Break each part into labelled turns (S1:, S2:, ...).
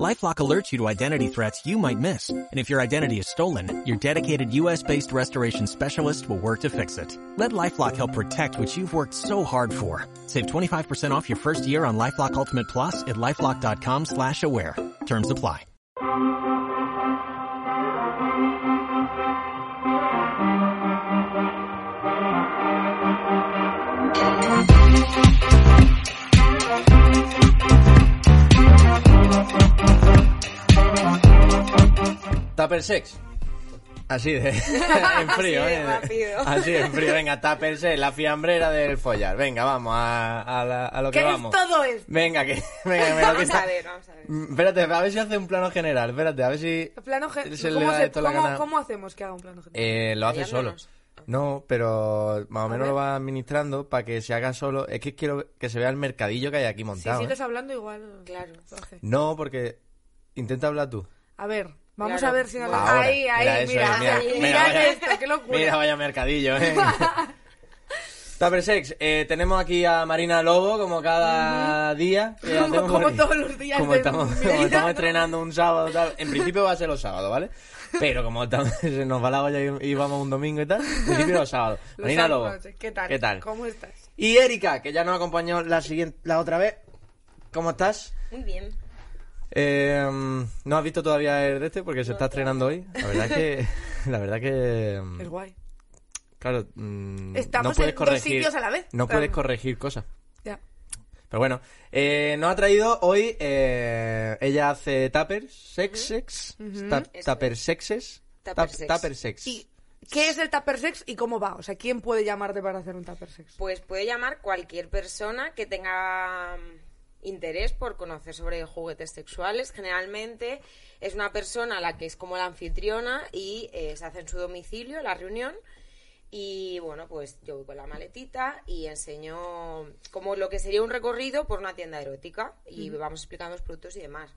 S1: LifeLock alerts you to identity threats you might miss, and if your identity is stolen, your dedicated U.S.-based restoration specialist will work to fix it. Let LifeLock help protect what you've worked so hard for. Save 25% off your first year on LifeLock Ultimate Plus at lifeLock.com/slash-aware. Terms apply.
S2: Tupper sex. Así de. en frío,
S3: Así de
S2: ¿eh?
S3: rápido.
S2: Así en frío. Venga, Tupper sex, la fiambrera del follar. Venga, vamos a, a la- a lo que
S3: ¿Qué es
S2: vamos.
S3: todo esto?
S2: Venga, que. Venga, me lo que
S3: Vamos
S2: está.
S3: a ver, vamos a ver.
S2: Mm, Espérate, a ver si hace un plano general. Espérate, a ver si.
S3: Plano gen-
S2: se le
S3: ¿Cómo,
S2: da
S3: hace-
S2: esto la
S3: cómo-
S2: gana.
S3: cómo hacemos que haga un plano general?
S2: Eh, lo hace solo.
S3: Callándonos.
S2: No, pero más o menos
S3: ver.
S2: lo va administrando para que se haga solo. Es que quiero que se vea el mercadillo que hay aquí
S3: si
S2: montado.
S3: sigues
S2: ¿eh?
S3: hablando, igual.
S4: Claro.
S3: lo hace.
S2: No, porque. Intenta hablar tú.
S3: A ver, vamos
S4: Claro.
S3: a ver si.
S2: Ahora,
S3: ahí, ahí,
S2: mira, eso
S3: mira.
S4: es, mira,
S3: mira,
S4: mira,
S2: vaya.
S3: esto, qué locura.
S2: Mira, vaya mercadillo, ¿eh? Tupper Sex, eh, tenemos aquí a Marina Lobo como cada día. que
S3: Como-
S2: hacemos
S3: como
S2: aquí.
S3: todos los días
S2: Como
S3: de
S2: estamos,
S3: mi
S2: como
S3: vida,
S2: estamos
S3: ¿no?
S2: estrenando un sábado tal. En principio va a ser los sábados, ¿vale? Pero como tam- se nos va la olla y, y vamos un domingo y tal, en principio los sábados.
S3: Los
S2: Marina
S3: sábados
S2: Lobo.
S3: por la noche. ¿Qué tal?
S2: ¿Qué tal?
S3: ¿Cómo estás?
S2: Y Erika, que ya nos acompañó la siguiente, la otra vez. ¿Cómo estás?
S4: Muy bien.
S2: Eh, no has visto todavía el de este porque se está estrenando hoy. La verdad es que, la verdad es que, em,
S3: Es guay.
S2: claro, mm,
S3: Estamos
S2: no puedes
S3: en dos
S2: corregir,
S3: sitios a la vez.
S2: No puedes
S3: Claro.
S2: corregir cosas.
S3: Ya.
S2: Pero bueno, eh, nos ha traído hoy. eh, ella hace tupper, sex, sex, ta- tupper sexes,
S4: Tupper
S2: tap-
S4: sex.
S2: tupper sex.
S3: ¿Y qué es el tupper sex y cómo va? O sea, ¿quién puede llamarte para hacer un tupper sex?
S4: Pues puede llamar cualquier persona que tenga mm, interés por conocer sobre juguetes sexuales. Generalmente es una persona a la que es como la anfitriona y eh, se hace en su domicilio la reunión. Y bueno, pues yo voy con la maletita y enseño como lo que sería un recorrido por una tienda erótica y vamos explicando los productos y demás.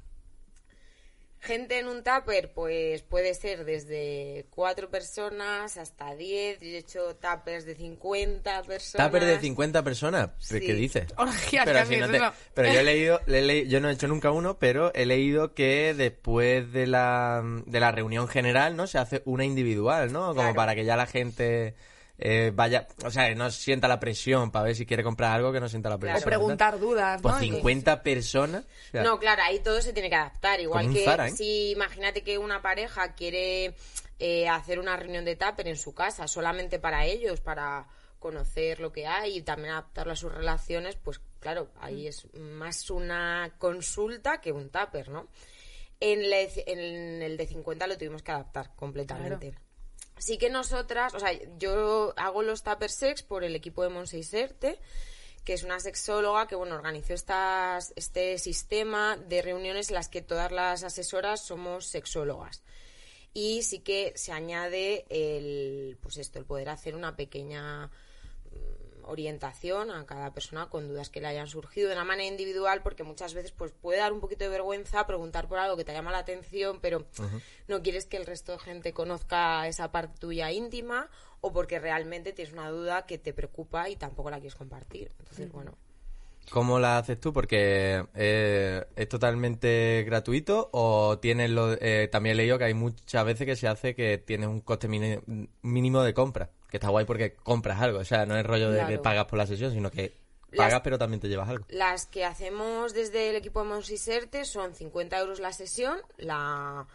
S4: Gente en un tupper, pues puede ser desde cuatro personas hasta 10. Yo he hecho tuppers de 50 personas.
S2: Tupper de 50 personas. ¿Pero
S4: Sí.
S2: ¿Qué dices?
S3: Orgías,
S2: pero,
S3: casi,
S2: no
S3: eso
S2: te-
S3: no.
S2: pero yo he leído, le he leí- yo no he hecho nunca uno, pero he leído que después de la, de la reunión general, ¿no? Se hace una individual, ¿no? Como
S4: Claro.
S2: para que ya la gente eh, vaya, o sea, no sienta la presión para ver si quiere comprar algo que no sienta la presión.
S3: O preguntar dudas,
S2: Por
S3: ¿no? Y-
S2: 50 personas. o sea,
S4: No, claro, ahí todo se tiene que adaptar. Igual
S2: Como un
S4: que
S2: Zara, ¿eh?
S4: si imagínate que una pareja quiere eh, hacer una reunión de tupper en su casa, solamente para ellos, para conocer lo que hay y también adaptarlo a sus relaciones, pues claro,
S2: Mm.
S4: ahí es más una consulta que un tupper, ¿no? En, la de- en el de 50 lo tuvimos que adaptar completamente. Sí que nosotras, o sea, yo hago los Tupper Sex por el equipo de Monseiserte, que es una sexóloga que, bueno, organizó estas, este sistema de reuniones en las que todas las asesoras somos sexólogas. Y sí que se añade el, pues esto, el poder hacer una pequeña orientación a cada persona con dudas que le hayan surgido de una manera individual porque muchas veces pues puede dar un poquito de vergüenza preguntar por algo que te llama la atención pero no quieres que el resto de gente conozca esa parte tuya íntima o porque realmente tienes una duda que te preocupa y tampoco la quieres compartir entonces bueno
S2: ¿Cómo la haces tú? Porque eh, es totalmente gratuito o tienes lo, eh, también he leído que hay muchas veces que se hace que tienes un coste mini- mínimo de compra, que está guay porque compras algo, o sea, no es rollo de que
S4: Claro.
S2: pagas por la sesión, sino que
S4: Las-
S2: pagas pero también te llevas algo.
S4: Las que hacemos desde el equipo de Monsiserte son 50 euros la sesión, la,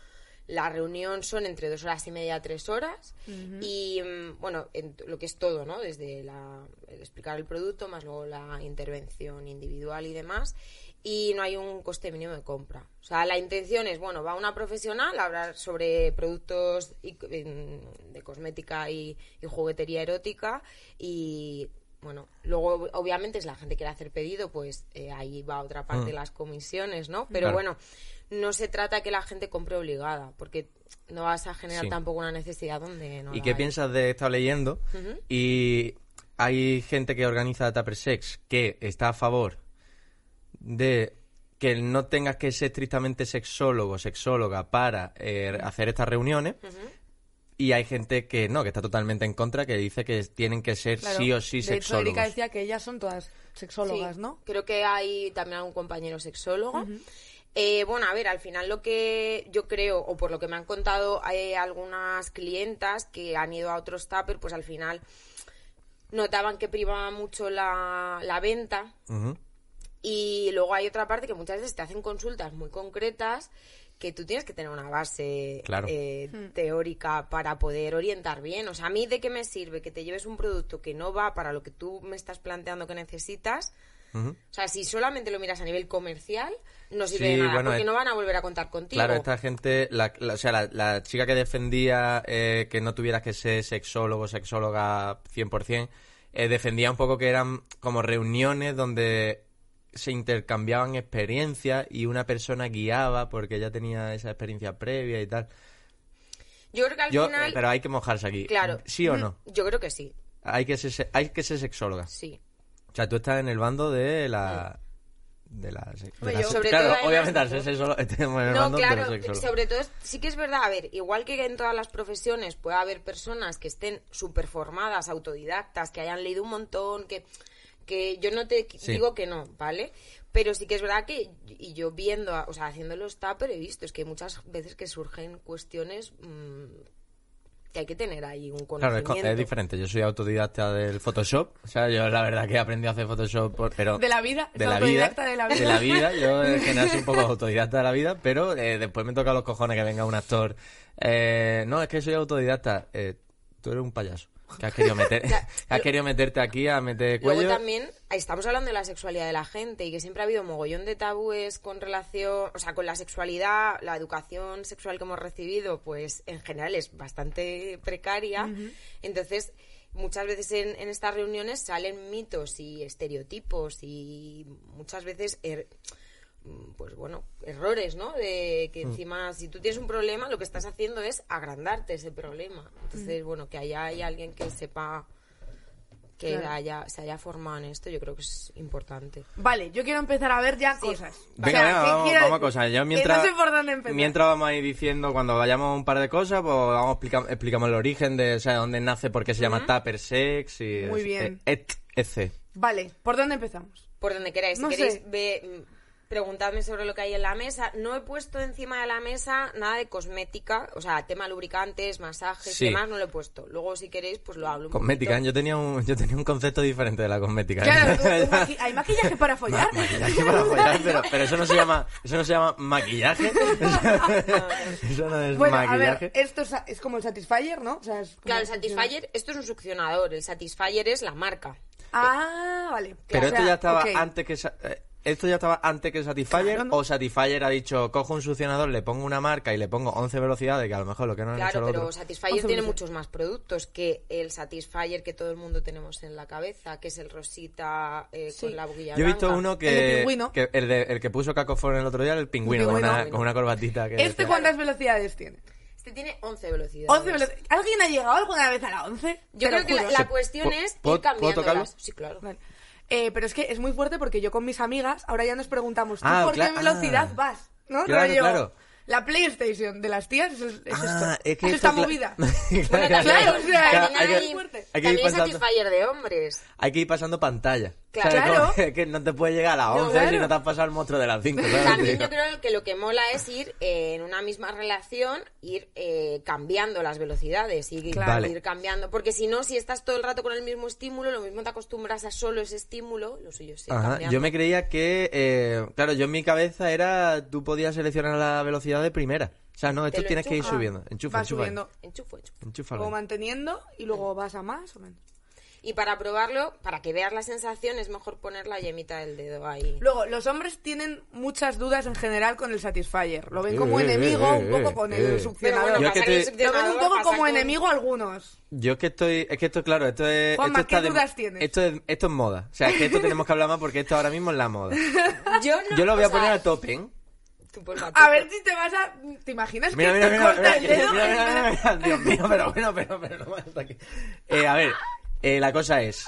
S4: la reunión son entre dos horas y media a tres horas y mm, bueno, en t- lo que es todo, ¿no? Desde la, el explicar el producto más luego la intervención individual y demás y no hay un coste mínimo de compra. O sea, la intención es, bueno, va una profesional a hablar sobre productos y c- en- de cosmética y- y juguetería erótica y bueno, luego ob- obviamente es la gente que quiere hacer pedido, pues eh, ahí va otra parte de las comisiones, ¿no? Pero
S2: Mm. Claro.
S4: bueno, no se trata que la gente compre obligada, porque no vas a generar
S2: Sí.
S4: tampoco una necesidad donde no
S2: ¿Y
S4: la
S2: qué
S4: hay.
S2: piensas de estar leyendo? Y hay gente que organiza Tupper Sex que está a favor de que no tengas que ser estrictamente sexólogo o sexóloga para eh, hacer estas reuniones. Y hay gente que no, que está totalmente en contra, que dice que tienen que ser
S3: Claro.
S2: sí o sí
S3: De hecho, Erika
S2: sexólogos.
S3: decía que ellas son todas sexólogas,
S4: Sí,
S3: ¿no?
S4: Creo que hay también algún compañero sexólogo. Eh, bueno, a ver, al final lo que yo creo, o por lo que me han contado hay algunas clientas que han ido a otros tupper, pues al final notaban que privaba mucho la, la venta.
S2: Ujú.
S4: Y luego hay otra parte que muchas veces te hacen consultas muy concretas que tú tienes que tener una base
S2: Claro.
S4: eh, teórica para poder orientar bien. O sea, a mí de qué me sirve que te lleves un producto que no va para lo que tú me estás planteando que necesitas. O sea, si solamente lo miras a nivel comercial, no sirve
S2: Sí,
S4: de nada,
S2: bueno,
S4: porque
S2: es-
S4: no van a volver a contar contigo.
S2: Claro, esta gente, la, la- o sea, la, la chica que defendía eh, que no tuvieras que ser sexólogo, sexóloga 100%, eh, defendía un poco que eran como reuniones donde se intercambiaban experiencias y una persona guiaba porque ya tenía esa experiencia previa y tal.
S4: Yo creo que al
S2: Yo,
S4: final,
S2: eh, pero hay que mojarse aquí.
S4: Claro. Mm.
S2: ¿Sí o no?
S4: yo creo que sí,
S2: Hay que ser, se- hay que ser sexóloga.
S4: sí.
S2: O sea, tú estás en el bando de la... De la, sex- de
S4: Mm.
S2: la
S4: Hombre, yo-
S2: sex-
S4: sobre
S2: claro,
S4: todo además-
S2: obviamente al ser sexólogo estás en el
S4: No,
S2: bando de los
S4: claro,
S2: sexólogos.
S4: sobre todo sí que es verdad, a ver, igual que en todas las profesiones puede haber personas que estén súper formadas, autodidactas, que hayan leído un montón, que, que yo no te qu-
S2: Sí.
S4: digo que no, ¿vale? Pero sí que es verdad que, y yo viendo, a- o sea, haciendo los pero he visto, es que muchas veces que surgen cuestiones mm, que hay que tener ahí un
S2: Claro, es,
S4: conocimiento.
S2: co- es diferente. Yo soy autodidacta del Photoshop. O sea, yo la verdad que he aprendido a hacer Photoshop, por- pero...
S3: De la vida,
S2: De
S3: es
S2: la vida,
S3: autodidacta de la vida.
S2: vida. Yo en general soy un poco autodidacta de la vida, pero eh, después me toca los cojones que venga un actor. eh, no, es que soy autodidacta. Eh, tú eres un payaso. Que has querido, meter,
S4: Ya,
S2: has querido meterte aquí a meter cuello.
S4: Luego también estamos hablando de la sexualidad de la gente y que siempre ha habido mogollón de tabúes con relación, o sea, con la sexualidad, la educación sexual que hemos recibido, pues en general es bastante precaria. Entonces, muchas veces en, en estas reuniones salen mitos y estereotipos y muchas veces er- mm, pues bueno, errores, ¿no? De
S2: Mm.
S4: que encima, si tú tienes un problema, lo que estás haciendo es agrandarte ese problema.
S3: Mm.
S4: Entonces, bueno, que allá hay alguien que sepa que
S3: Claro.
S4: haya, se haya formado en esto, yo creo que es importante.
S3: Vale, yo quiero empezar a ver ya cosas.
S2: Venga,
S3: O sea,
S2: venga,
S3: ¿qué
S2: vamos,
S3: quiero-
S2: vamos a cosas. Ya mientras,
S3: Eh, no sé por dónde empezar.
S2: mientras vamos a ir diciendo, cuando vayamos a un par de cosas, pues vamos a explicar- explicamos el origen de, o sea, dónde nace, por qué se llama Tupper Sex y...
S3: Muy
S2: es-
S3: bien.
S2: eh, et- etc.
S3: Vale, ¿por dónde empezamos?
S4: Por donde queráis, si
S3: No sé.
S4: queréis, ve- mm, preguntadme sobre lo que hay en la mesa. No he puesto encima de la mesa nada de cosmética, o sea, tema lubricantes, masajes
S2: Sí.
S4: y demás, no lo he puesto. Luego, si queréis, pues lo hablo un
S2: Cosmética, ¿eh?
S4: poquito.
S2: yo tenía un, yo tenía un concepto diferente de la cosmética. ¿eh?
S3: Claro, tú- tú maqui- hay maquillaje para follar.
S2: Maquillaje para follar, pero, pero eso no se llama, eso no se llama maquillaje. eso no es
S3: bueno, a
S2: maquillaje.
S3: ver, esto es, es como el Satisfyer, ¿no? O sea, es como-
S4: Claro, el Satisfyer, esto es un succionador, el Satisfyer es la marca.
S3: Ah, vale.
S2: pero
S3: O
S2: esto
S3: sea,
S2: ya estaba
S3: ok.
S2: antes que sa- eh, esto ya estaba antes que Satisfyer
S3: Claro, ¿no?
S2: o Satisfyer ha dicho, cojo un succionador, le pongo una marca y le pongo 11 velocidades, que a lo mejor lo que no han hecho
S4: Claro,
S2: los
S4: pero
S2: otros.
S4: Satisfyer
S3: Once
S4: tiene
S3: veces.
S4: muchos más productos que el Satisfyer que todo el mundo tenemos en la cabeza, que es el rosita eh,
S3: Sí.
S4: con la boquilla
S2: Yo he visto
S4: blanca.
S2: uno
S3: El de
S2: que
S3: pingüino.
S2: que- el, de- el que puso cacofón el otro día, el pingüino,
S3: El
S2: Con, una,
S3: pingüino.
S2: con una corbatita. Que
S3: ¿Este
S2: decía-
S3: cuántas velocidades tiene?
S4: Este tiene 11 velocidades.
S3: 11 velocidades. ¿Alguien ha llegado alguna vez a la 11?
S4: Yo creo que la, la cuestión
S2: ¿Puedo-
S4: es
S2: puedo- puedo
S4: ir
S2: tocarlo?
S4: cambiándolas. Sí, claro.
S3: Vale. Eh, pero es que es muy fuerte porque yo con mis amigas ahora ya nos preguntamos, ¿tú
S2: Ah,
S3: por
S2: cla-
S3: qué velocidad
S2: ah.
S3: vas? ¿No?
S2: Claro,
S3: Rollo,
S2: claro.
S3: La PlayStation de las tías es, es
S2: Ah,
S3: esto.
S2: es que
S3: Eso
S2: esto
S3: está
S2: es la-
S3: movida.
S2: Claro,
S4: Bueno, también-
S3: claro, o sea,
S4: también
S2: hay que-
S4: hay-
S2: hay que ir
S4: también hay
S2: pasando.
S4: Satisfyer de hombres.
S2: Hay que ir pasando pantalla.
S4: Claro.
S2: ¿Sabes?
S3: Claro.
S2: Como Que, que no te puede llegar a las 11 si
S3: claro.
S2: no te has pasado el monstruo de las 5. ¿sabes?
S4: También
S2: Digo,
S4: yo creo que lo que mola es ir eh, en una misma relación, ir eh, cambiando las velocidades y
S2: Claro. Vale.
S4: ir cambiando. Porque si no, si estás todo el rato con el mismo estímulo, lo mismo te acostumbras a solo ese estímulo, lo suyo sí.
S2: Ajá,
S4: cambiando.
S2: Yo me creía que, eh, claro, yo en mi cabeza era, tú podías seleccionar la velocidad de primera. O sea, no, esto
S4: lo
S2: tienes que ir
S4: enchufa.
S2: subiendo. Enchufa,
S3: vas
S2: enchufa. ahí.
S3: subiendo.
S4: Enchufo, enchufo.
S2: Enchúfalo
S3: Como
S2: ahí.
S3: manteniendo y luego vas a más o menos.
S4: Y para probarlo, para que veas la sensación, es mejor poner la yemita del dedo ahí.
S3: Luego, los hombres tienen muchas dudas en general con el Satisfyer. Lo ven
S2: Eh,
S3: como
S2: eh,
S3: enemigo,
S2: eh,
S3: un
S2: eh,
S3: poco con
S2: eh.
S3: el
S4: Pero
S3: succionador.
S4: bueno,
S2: Yo que
S4: pasar el
S2: te-
S3: Lo ven
S4: succionador,
S3: un poco
S4: pasar
S3: como
S4: con-
S3: enemigo algunos.
S2: Yo es que estoy, es que esto, claro, esto es. esto
S3: Juanma,
S2: está
S3: ¿qué
S2: de-
S3: dudas tienes?
S2: Esto es, esto es moda. O sea, es que esto tenemos que hablar más porque esto ahora mismo es la moda.
S4: Yo, no-
S2: Yo lo voy a
S4: o sea,
S2: poner a tope, ¿eh?
S4: tú ponlo a
S3: A
S4: tope.
S3: ver si te vas a... ¿Te imaginas
S2: Mira,
S3: que
S2: mira,
S3: te
S2: mira,
S3: corta
S2: mira,
S3: el dedo?
S2: mira, mira, mira, mira, Dios mío, pero bueno, pero, pero no hasta aquí. Eh, a ver, eh, la cosa es,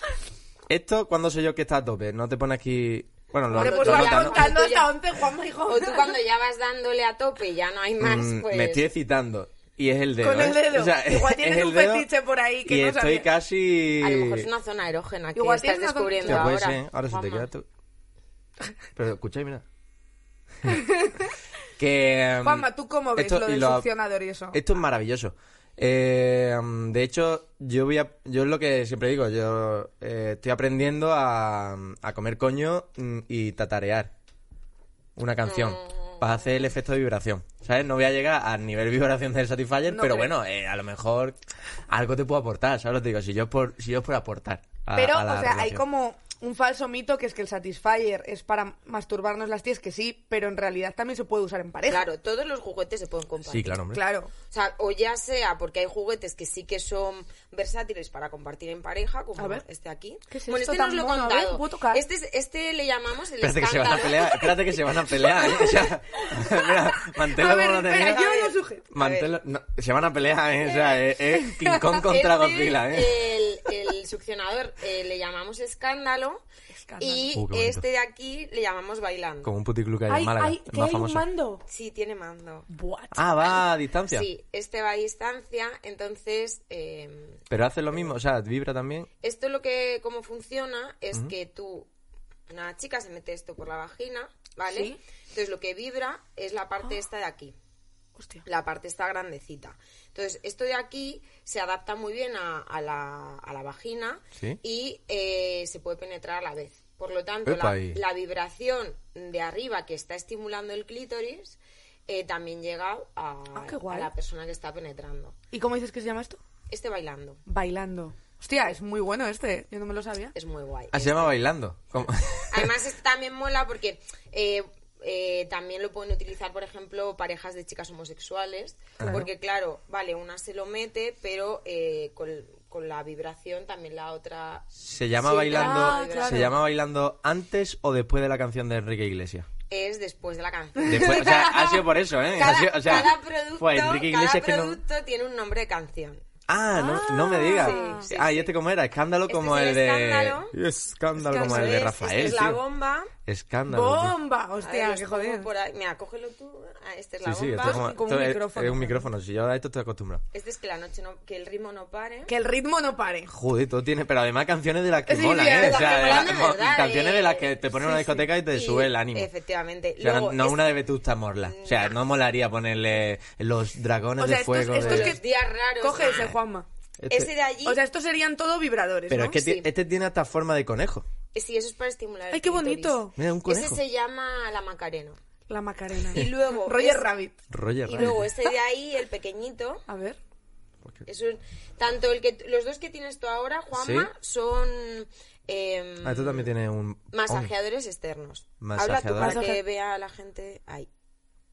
S2: esto, ¿cuándo soy yo que está a tope? No te pone aquí... Bueno, lo,
S3: Hombre, pues
S2: lo
S3: vas
S2: nota, ¿no?
S3: contando
S4: Tú
S3: hasta
S4: ya-
S3: 11, Juanma, hijo.
S4: O tú cuando ya vas dándole a tope y ya no hay más,
S2: Mm,
S4: pues...
S2: Me estoy excitando. Y es el dedo.
S3: Con el
S2: ¿eh?
S3: dedo.
S2: O sea,
S3: Igual
S2: es
S3: tienes
S2: el
S3: un
S2: dedo
S3: fetiche por ahí que
S2: y
S3: no
S2: estoy
S3: sabía.
S2: casi.
S4: A lo mejor es una zona erógena que
S3: Igual
S4: estás
S3: tienes una zona-
S4: descubriendo
S2: Hostia, puede
S4: ahora.
S2: ser, ¿eh? Ahora se te
S4: Juanma.
S2: queda tú. Pero escucha y mira. que. em,
S3: Juanma, ¿tú cómo ves
S2: esto-
S3: lo
S2: y
S3: del
S2: lo-
S3: succionador y eso?
S2: Esto es maravilloso. Eh, mm, de hecho, yo voy a, yo es lo que siempre digo, yo eh, estoy aprendiendo a, a comer coño mm, y tatarear una canción.
S3: Mm.
S2: Vas a hacer el efecto de vibración, ¿sabes? No voy a llegar al nivel de vibración del Satisfyer,
S3: No
S2: pero
S3: creo.
S2: bueno, eh, a lo mejor algo te puedo aportar, ¿sabes? Lo que digo, si yo es por, si yo es por aportar. a-
S3: Pero,
S2: a la
S3: o sea, hay
S2: relación.
S3: como un falso mito que es que el Satisfyer es para masturbarnos las tías, que sí, pero en realidad también se puede usar en pareja.
S4: Claro, todos los juguetes se pueden compartir.
S2: Sí, claro, hombre.
S3: Claro.
S4: O sea, o ya sea porque hay juguetes que sí que son versátiles para compartir en pareja, como
S3: A ver.
S4: este aquí.
S3: ¿Qué es
S4: bueno,
S3: esto
S4: este
S3: tan
S4: nos lo he
S3: mono? A ver,
S4: contado.
S3: voy a tocar.
S4: Este, es- este le llamamos el
S2: Espérate que se van a
S4: escándalo.
S2: pelear, espérate que se van a pelear, ¿eh? O sea, mira, manténlo
S3: A ver,
S2: como lo
S3: espera,
S2: tenía.
S3: yo lo sujeto.
S2: Manténlo- no, se van a pelear, ¿eh? O sea, es, es King Kong contra
S4: Este,
S2: Godzilla, ¿eh?
S4: El, el succionador eh, le llamamos escándalo,
S3: Escándalo.
S4: y
S2: Uh, qué bonito.
S4: este de aquí le llamamos bailando.
S2: Como un puticlub que hay
S3: Ay,
S2: en Málaga,
S3: ay,
S2: el
S3: ¿qué
S2: más
S3: hay un
S2: famoso.
S3: mando?
S4: Sí, tiene mando.
S3: What?
S2: Ah, va a distancia.
S4: Sí, este va a distancia, entonces... eh,
S2: Pero hace lo mismo, o sea, vibra también.
S4: Esto lo que, cómo funciona es que tú, una chica se mete esto por la vagina, ¿vale?
S3: Sí. Ah.
S4: Entonces lo que vibra es la parte esta de aquí,
S3: Hostia.
S4: la parte esta grandecita. Entonces esto de aquí se adapta muy bien a, a la, a la vagina
S2: Sí.
S4: y eh, se puede penetrar a la vez. Por lo tanto,
S2: Epa,
S4: la,
S2: y-
S4: la vibración de arriba que está estimulando el clítoris eh, también llega a,
S3: Ah, qué
S4: a
S3: guay.
S4: la persona que está penetrando.
S3: ¿Y cómo dices que se llama esto?
S4: Este bailando
S3: Bailando. Hostia, es muy bueno este. Yo no me lo sabía.
S4: es muy guay.
S2: Ah, se llama bailando. Como-
S4: Además, esto también mola porque eh, eh, también lo pueden utilizar, por ejemplo, parejas de chicas homosexuales. Porque, claro, vale, una se lo mete, pero eh, con, con la vibración también la otra.
S2: Se llama
S4: siente la
S2: bailando,
S3: Ah,
S4: vibración.
S2: se llama bailando antes o después de la canción de Enrique Iglesias.
S4: Es después de la canción.
S2: Después, o sea, ha sido por eso, ¿eh? Ha
S4: Cada,
S2: sido- o sea,
S4: cada producto,
S2: fue Enrique
S4: cada
S2: Iglesias que no.
S4: producto tiene un nombre de canción.
S2: Ah, no, no me digas.
S4: Sí, sí,
S2: ah,
S4: sí.
S2: ¿y este cómo era? Escándalo
S4: Este
S2: como
S4: es el
S2: el de.
S4: escándalo.
S2: Y Escándalo como el de
S4: ¿Ves?
S2: Rafael.
S4: Esta este es la
S2: tío.
S4: bomba.
S2: Escándalo. tío.
S3: ¡Bomba!
S4: A
S3: Hostia,
S4: ver,
S3: qué
S4: los pongo
S3: jodido.
S4: por ahí. Mira, cógelo tú. Ah, Esta es la
S2: Sí, sí,
S4: bomba.
S2: esto es como,
S3: Como un
S2: esto es-
S3: micrófono.
S2: Es, un micrófono, si yo a esto estoy acostumbrado.
S4: Este es que la noche no, que el ritmo no pare.
S3: Que el ritmo no pare.
S2: Joder, todo tiene, pero además canciones de las que
S3: Sí,
S2: molan,
S3: sí,
S2: ¿eh?
S3: de
S2: O
S3: las
S2: sea,
S4: que
S2: de las-
S4: molan de verdad,
S2: canciones
S4: eh.
S2: de las que te ponen en una discoteca y te
S4: Y,
S2: sube el ánimo.
S4: Efectivamente.
S2: O sea, no,
S4: Luego,
S2: no
S4: es-
S2: una de Vetusta Morla. O sea, no molaría ponerle los dragones
S3: O sea,
S2: de
S3: estos-
S2: fuego.
S3: estos
S2: de-
S4: Los
S3: que-
S4: días raros.
S3: Coge ese,
S4: Ah,
S3: Juanma.
S2: Este-
S4: Ese de allí.
S3: O sea, estos serían todo vibradores,
S2: Pero
S3: ¿no?
S2: es que ti-
S4: Sí.
S2: este tiene hasta forma de conejo.
S4: Eh, sí, eso es para estimular. el
S3: ¡Ay, qué
S4: clítoris.
S3: bonito!
S2: Mira, un
S4: Ese
S2: conejo.
S4: se llama la Macarena.
S3: La Macarena.
S4: Y luego
S3: Roger
S4: es-
S3: Rabbit.
S2: Roger
S4: Y
S2: Rabbit.
S4: luego ese de ahí, el pequeñito.
S3: A ver.
S4: Es un- tanto el que los dos que tienes tú ahora, Juanma, son eh,
S2: Ah, esto también tiene un.
S4: masajeadores externos. Habla tú para
S2: Masajeadores.
S4: que vea la gente ahí.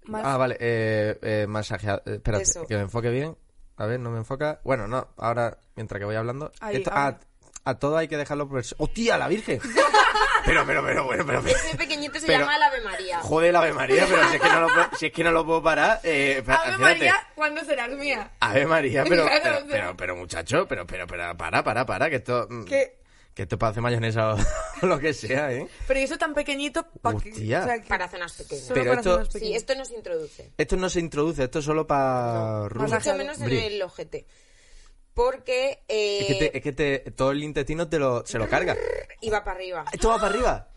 S3: Más.
S2: Ah, vale, eh, eh, masajeado. eh, Espérate,
S4: Eso.
S2: que me enfoque bien. A ver, no me enfoca. Bueno, no, ahora, mientras que voy hablando.
S3: Ahí,
S2: esto-
S3: ahora.
S2: a, a todo hay que dejarlo por. ¡Hostia, la Virgen! pero, pero, pero, bueno, pero. pero-
S4: Ese pequeñito se
S2: Pero-
S4: llama la Ave María.
S2: Joder, la Ave María, pero si es que no lo puedo, si es que no lo puedo parar. Eh, espera,
S3: Ave
S2: espérate.
S3: María, ¿cuándo serás mía?
S2: Ave María, pero,
S3: Claro,
S2: pero,
S3: o sea.
S2: pero, pero, muchacho, pero, pero, pero, para, para, para, que esto. mm,
S3: ¿Qué?
S2: Que esto es para hacer mayonesa o, o lo que sea, ¿eh?
S3: Pero ¿y eso tan pequeñito pa' que-
S2: Hostia.
S3: sea, que-
S4: Para zonas pequeñas.
S3: solo
S2: Pero
S3: para
S2: esto-
S3: zonas
S4: Sí,
S3: pequeñas.
S4: esto nos introduce.
S2: Esto no se introduce, esto es solo para. rubios.
S3: Masaje.
S4: Mucho menos en
S2: Bri.
S4: el ojete. Porque eh,
S2: Es que, te- es que te- todo el intestino te lo, se lo carga.
S4: iba para arriba.
S2: Esto va para arriba.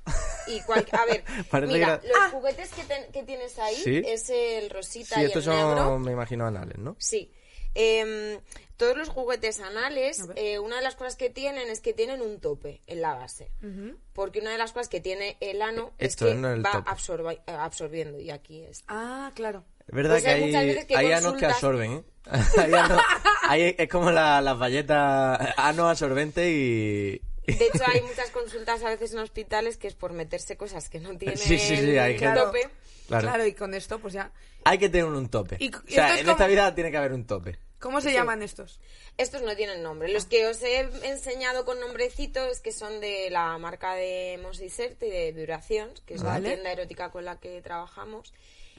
S4: Y cual- a ver,
S2: Parece
S4: mira,
S2: que
S4: los juguetes que, ten- que tienes ahí
S2: Sí.
S4: es el rosita
S2: Sí,
S4: y
S2: estos
S4: el negro.
S2: son, me imagino, anales, ¿no?
S4: Sí. Em, todos los juguetes anales,
S3: ver.
S4: eh, una de las cosas que tienen es que tienen un tope en la base. Porque una de las cosas que tiene el ano
S2: E-, Esto,
S4: es que
S2: no el
S4: va
S2: tope.
S4: absorba- eh, absorbiendo. Y aquí es.
S3: Ah, claro.
S2: Es verdad
S4: Pues
S2: que
S4: hay
S2: hay,
S4: muchas veces que
S2: hay anos que
S4: consultas-
S2: absorben, ¿eh? Hay anos- hay- es como la- las galletas ano absorbente y...
S4: De hecho, hay muchas consultas a veces en hospitales que es por meterse cosas que no tienen
S2: Sí, sí, sí, hay gente-
S4: tope.
S2: Claro.
S3: Claro. y con esto, pues ya.
S2: Hay que tener un tope.
S3: Y- y
S2: o sea,
S3: esto es
S2: en
S3: como-
S2: esta vida tiene que haber un tope.
S3: ¿Cómo se llaman estos?
S4: Estos no tienen nombre. Los que os he enseñado con nombrecitos que son de la marca de Monsisert y de Vibrations, que es
S3: Vale.
S4: la tienda erótica con la que trabajamos.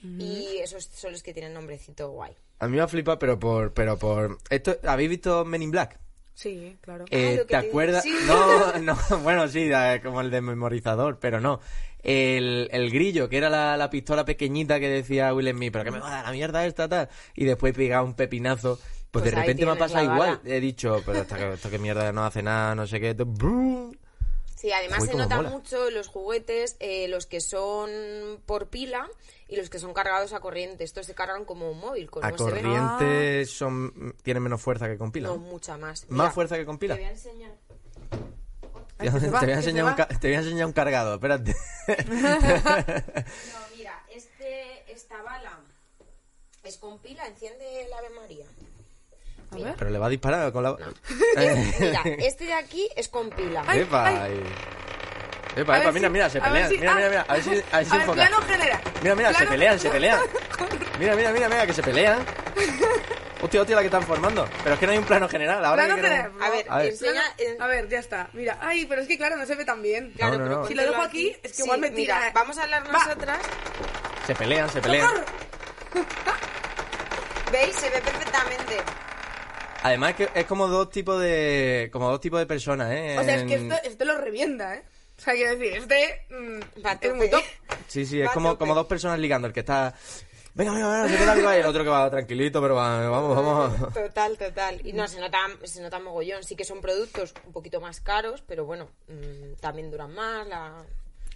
S4: Y esos son los que tienen nombrecito guay.
S2: A mí me ha flipado, pero por... Pero por... Esto, ¿Habéis visto Men in Black?
S3: Sí, claro.
S4: Ah,
S2: Eh,
S4: lo que
S2: ¿Te
S4: te-
S2: acuerdas?
S4: sí.
S2: No, no, bueno, sí, da- como el de memorizador, pero no. El, el grillo, que era la, la pistola pequeñita que decía Will Smith, pero que me va a dar la mierda esta, tal. Y después pegaba un pepinazo. Pues,
S4: Pues
S2: de
S4: ahí
S2: repente me ha
S4: tienes
S2: pasado
S4: la
S2: igual.
S4: bala.
S2: He dicho, pero esta, que- esta que mierda no hace nada, no sé qué. esto- ¡brum!
S4: Sí, además
S2: Uy,
S4: se
S2: cómo
S4: nota
S2: mola.
S4: mucho en los juguetes eh, los que son por pila y los que son cargados a corriente. Estos se cargan como un móvil, con
S2: A
S4: USB.
S2: corriente son, tiene menos fuerza que compila.
S4: No, mucha más. Mira,
S2: Más fuerza que compila.
S4: Te voy a enseñar.
S3: Ay, que
S2: te,
S3: se va,
S2: voy a
S3: que se
S2: enseñar un
S3: va.
S2: ca- te voy a enseñar un cargado, espérate.
S4: No, mira, este, esta bala es con pila, enciende el Ave María.
S3: A ver.
S2: Pero le va a disparar con la. Eh.
S4: Mira, este de aquí es con pila.
S3: Ay,
S2: Epa,
S3: ay.
S2: y- Epa,
S3: A
S2: epa,
S3: ver
S2: mira,
S3: si-
S2: mira, se
S3: a ver
S2: pelean.
S3: si-
S2: Mira,
S3: ah.
S2: mira, mira, a ver si, a ver si
S3: A ver,
S2: enfoca.
S3: plano general.
S2: Mira, mira, se
S3: Plano-
S2: pelean, se pelean. Mira, mira, mira, mira, que se pelean. Hostia, hostia, la que están formando. Pero es que no hay un plano general. Ahora que
S3: Plano
S2: queremos-
S3: general.
S4: A ver,
S2: A ver.
S4: enseña. eh,
S3: A ver, ya está. Mira, ay, pero es que claro, no se ve tan bien.
S4: claro,
S2: No, no,
S4: pero
S2: no.
S3: Si lo dejo
S4: póntelo
S3: aquí, es que igual me tira,
S4: Mira,
S3: eh.
S4: vamos a hablar
S3: Va.
S4: nosotras.
S2: Se pelean, se pelean.
S3: ¡Socorro!
S4: ¿Veis? Se ve perfectamente.
S2: Además que es como dos tipos de. como dos tipos de personas, eh.
S3: O sea, es que
S2: En-
S3: esto, esto lo revienta, ¿eh? O sea, quiero decir, este mm,
S4: Va a
S3: es muy
S4: tope.
S3: top.
S2: Sí, sí, es
S4: Va a
S2: como,
S4: tope.
S2: como dos personas ligando. El que está. Venga, venga, venga, se queda viva", y el otro que va tranquilito, pero va- vamos, vamos.
S4: Total, total. Y no, se nota, se nota mogollón. Sí que son productos un poquito más caros, pero bueno, mm, también duran más. La...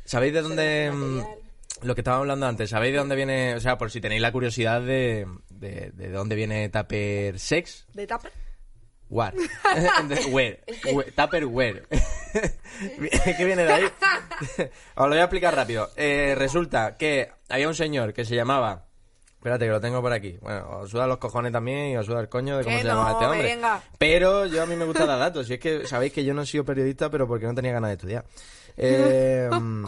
S2: ¿Sabéis de dónde...
S4: el material.
S2: mm, Lo que estábamos hablando antes, ¿sabéis de dónde viene? O sea, por si tenéis la curiosidad de, de, de dónde viene Tupper Sex.
S3: De tapa.
S2: War. Where. Where. Tupperware. ¿Qué viene de ahí? Os lo voy a explicar rápido. Eh, resulta que había un señor que se llamaba... Espérate, que lo tengo por aquí. Bueno, os suda los cojones también y os suda el coño de cómo
S3: Que
S2: se llamaba
S3: no,
S2: este hombre.
S3: venga.
S2: Pero yo a mí me gusta dar datos. Y es que sabéis que yo no he sido periodista, pero porque no tenía ganas de estudiar. Eh, mm,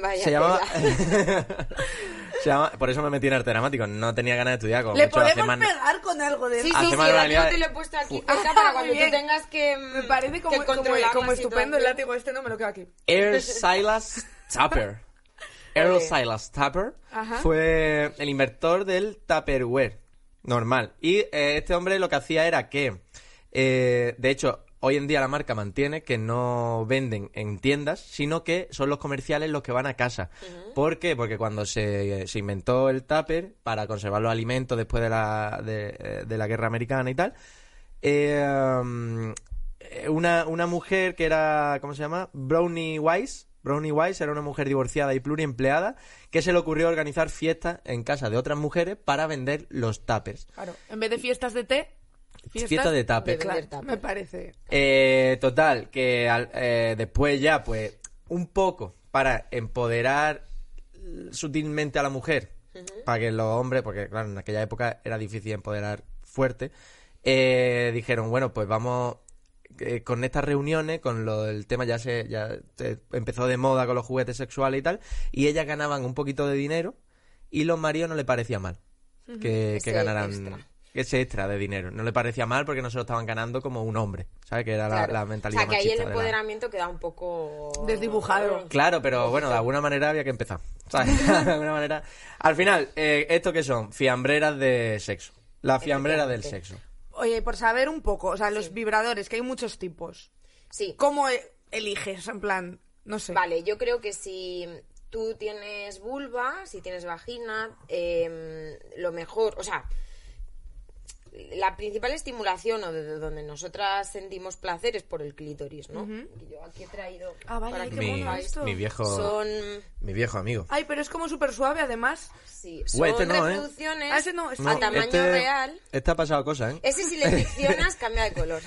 S4: Vaya.
S2: se llamaba,
S4: tela.
S2: se llama- por eso me metí en arte dramático no tenía ganas de estudiar como
S3: Le
S2: mucho hace
S3: podemos
S2: más-
S3: pegar con algo de
S4: Sí,
S2: Hace
S4: sí, sí,
S2: más
S4: el
S2: realidad.
S4: látigo te lo he puesto aquí,
S3: Ah,
S4: Cuenca, para
S3: muy
S4: cuando
S3: bien.
S4: tú tengas que mm,
S3: Me parece como,
S4: que
S3: como-
S4: controlar
S3: como
S4: la
S3: estupendo el
S4: situación.
S3: látigo este, no me lo quedo aquí.
S2: Air Silas Tupper Air Silas Tupper
S3: Ajá.
S2: fue el inventor del Tupperware normal y eh, este hombre lo que hacía era que eh, de hecho Hoy en día la marca mantiene que no venden en tiendas, sino que son los comerciales los que van a casa. ¿Por qué? Porque cuando se, eh, se inventó el tupper para conservar los alimentos después de la, de- de la guerra americana y tal, eh, um, eh, una, una mujer que era, ¿cómo se llama? Brownie Wise. Brownie Wise era una mujer divorciada y pluriempleada que se le ocurrió organizar fiestas en casa de otras mujeres para vender los tuppers.
S3: Claro, en vez de fiestas de té, fiestas
S2: Fiesta de tupper.
S4: de-
S3: Claro,
S4: Vender tupper.
S3: me parece.
S2: Eh, total, que al- eh, después ya, pues, un poco para empoderar sutilmente a la mujer, para que los hombres, porque claro, en aquella época era difícil empoderar fuerte, eh, dijeron, bueno, pues vamos, eh, con estas reuniones, con lo del tema ya se ya eh, empezó de moda con los juguetes sexuales y tal, y ellas ganaban un poquito de dinero y los maridos no le parecía mal que, que
S4: Ese
S2: ganaran
S4: extra.
S2: ese extra de dinero. No le parecía mal porque no se lo estaban ganando como un hombre, ¿sabes? Que era la-
S4: Claro.
S2: la, mentalidad
S4: O sea, que ahí el
S2: machista de la-
S4: empoderamiento queda un poco...
S3: Desdibujado.
S2: Claro, pero bueno, de alguna manera había que empezar. ¿sabes? de alguna manera. Al final, eh, ¿esto qué son? Fiambreras de sexo. La fiambrera del sexo.
S3: Oye, por saber un poco, o sea, los vibradores, que hay muchos tipos.
S4: Sí,
S3: ¿Cómo e- eliges? En plan, no sé.
S4: vale, yo creo que si tú tienes vulva, si tienes vagina, eh, lo mejor, o sea, la principal estimulación o de donde nosotras sentimos placer es por el clítoris, ¿no? Y Yo aquí he traído...
S3: Ah, vale,
S4: para
S3: qué
S4: que
S3: mono
S2: Mi,
S4: lo veáis.
S3: esto.
S2: mi viejo.
S4: Son...
S2: Mi viejo amigo.
S3: Ay, pero es como súper suave, además.
S4: Sí, son
S2: Güey, este no, ¿eh?
S4: reproducciones
S3: Ah, ese no, ese
S4: pues
S3: no.
S4: a tamaño
S2: este-
S4: real.
S2: Este ha pasado cosas, ¿eh?
S4: Ese si le friccionas cambia de color.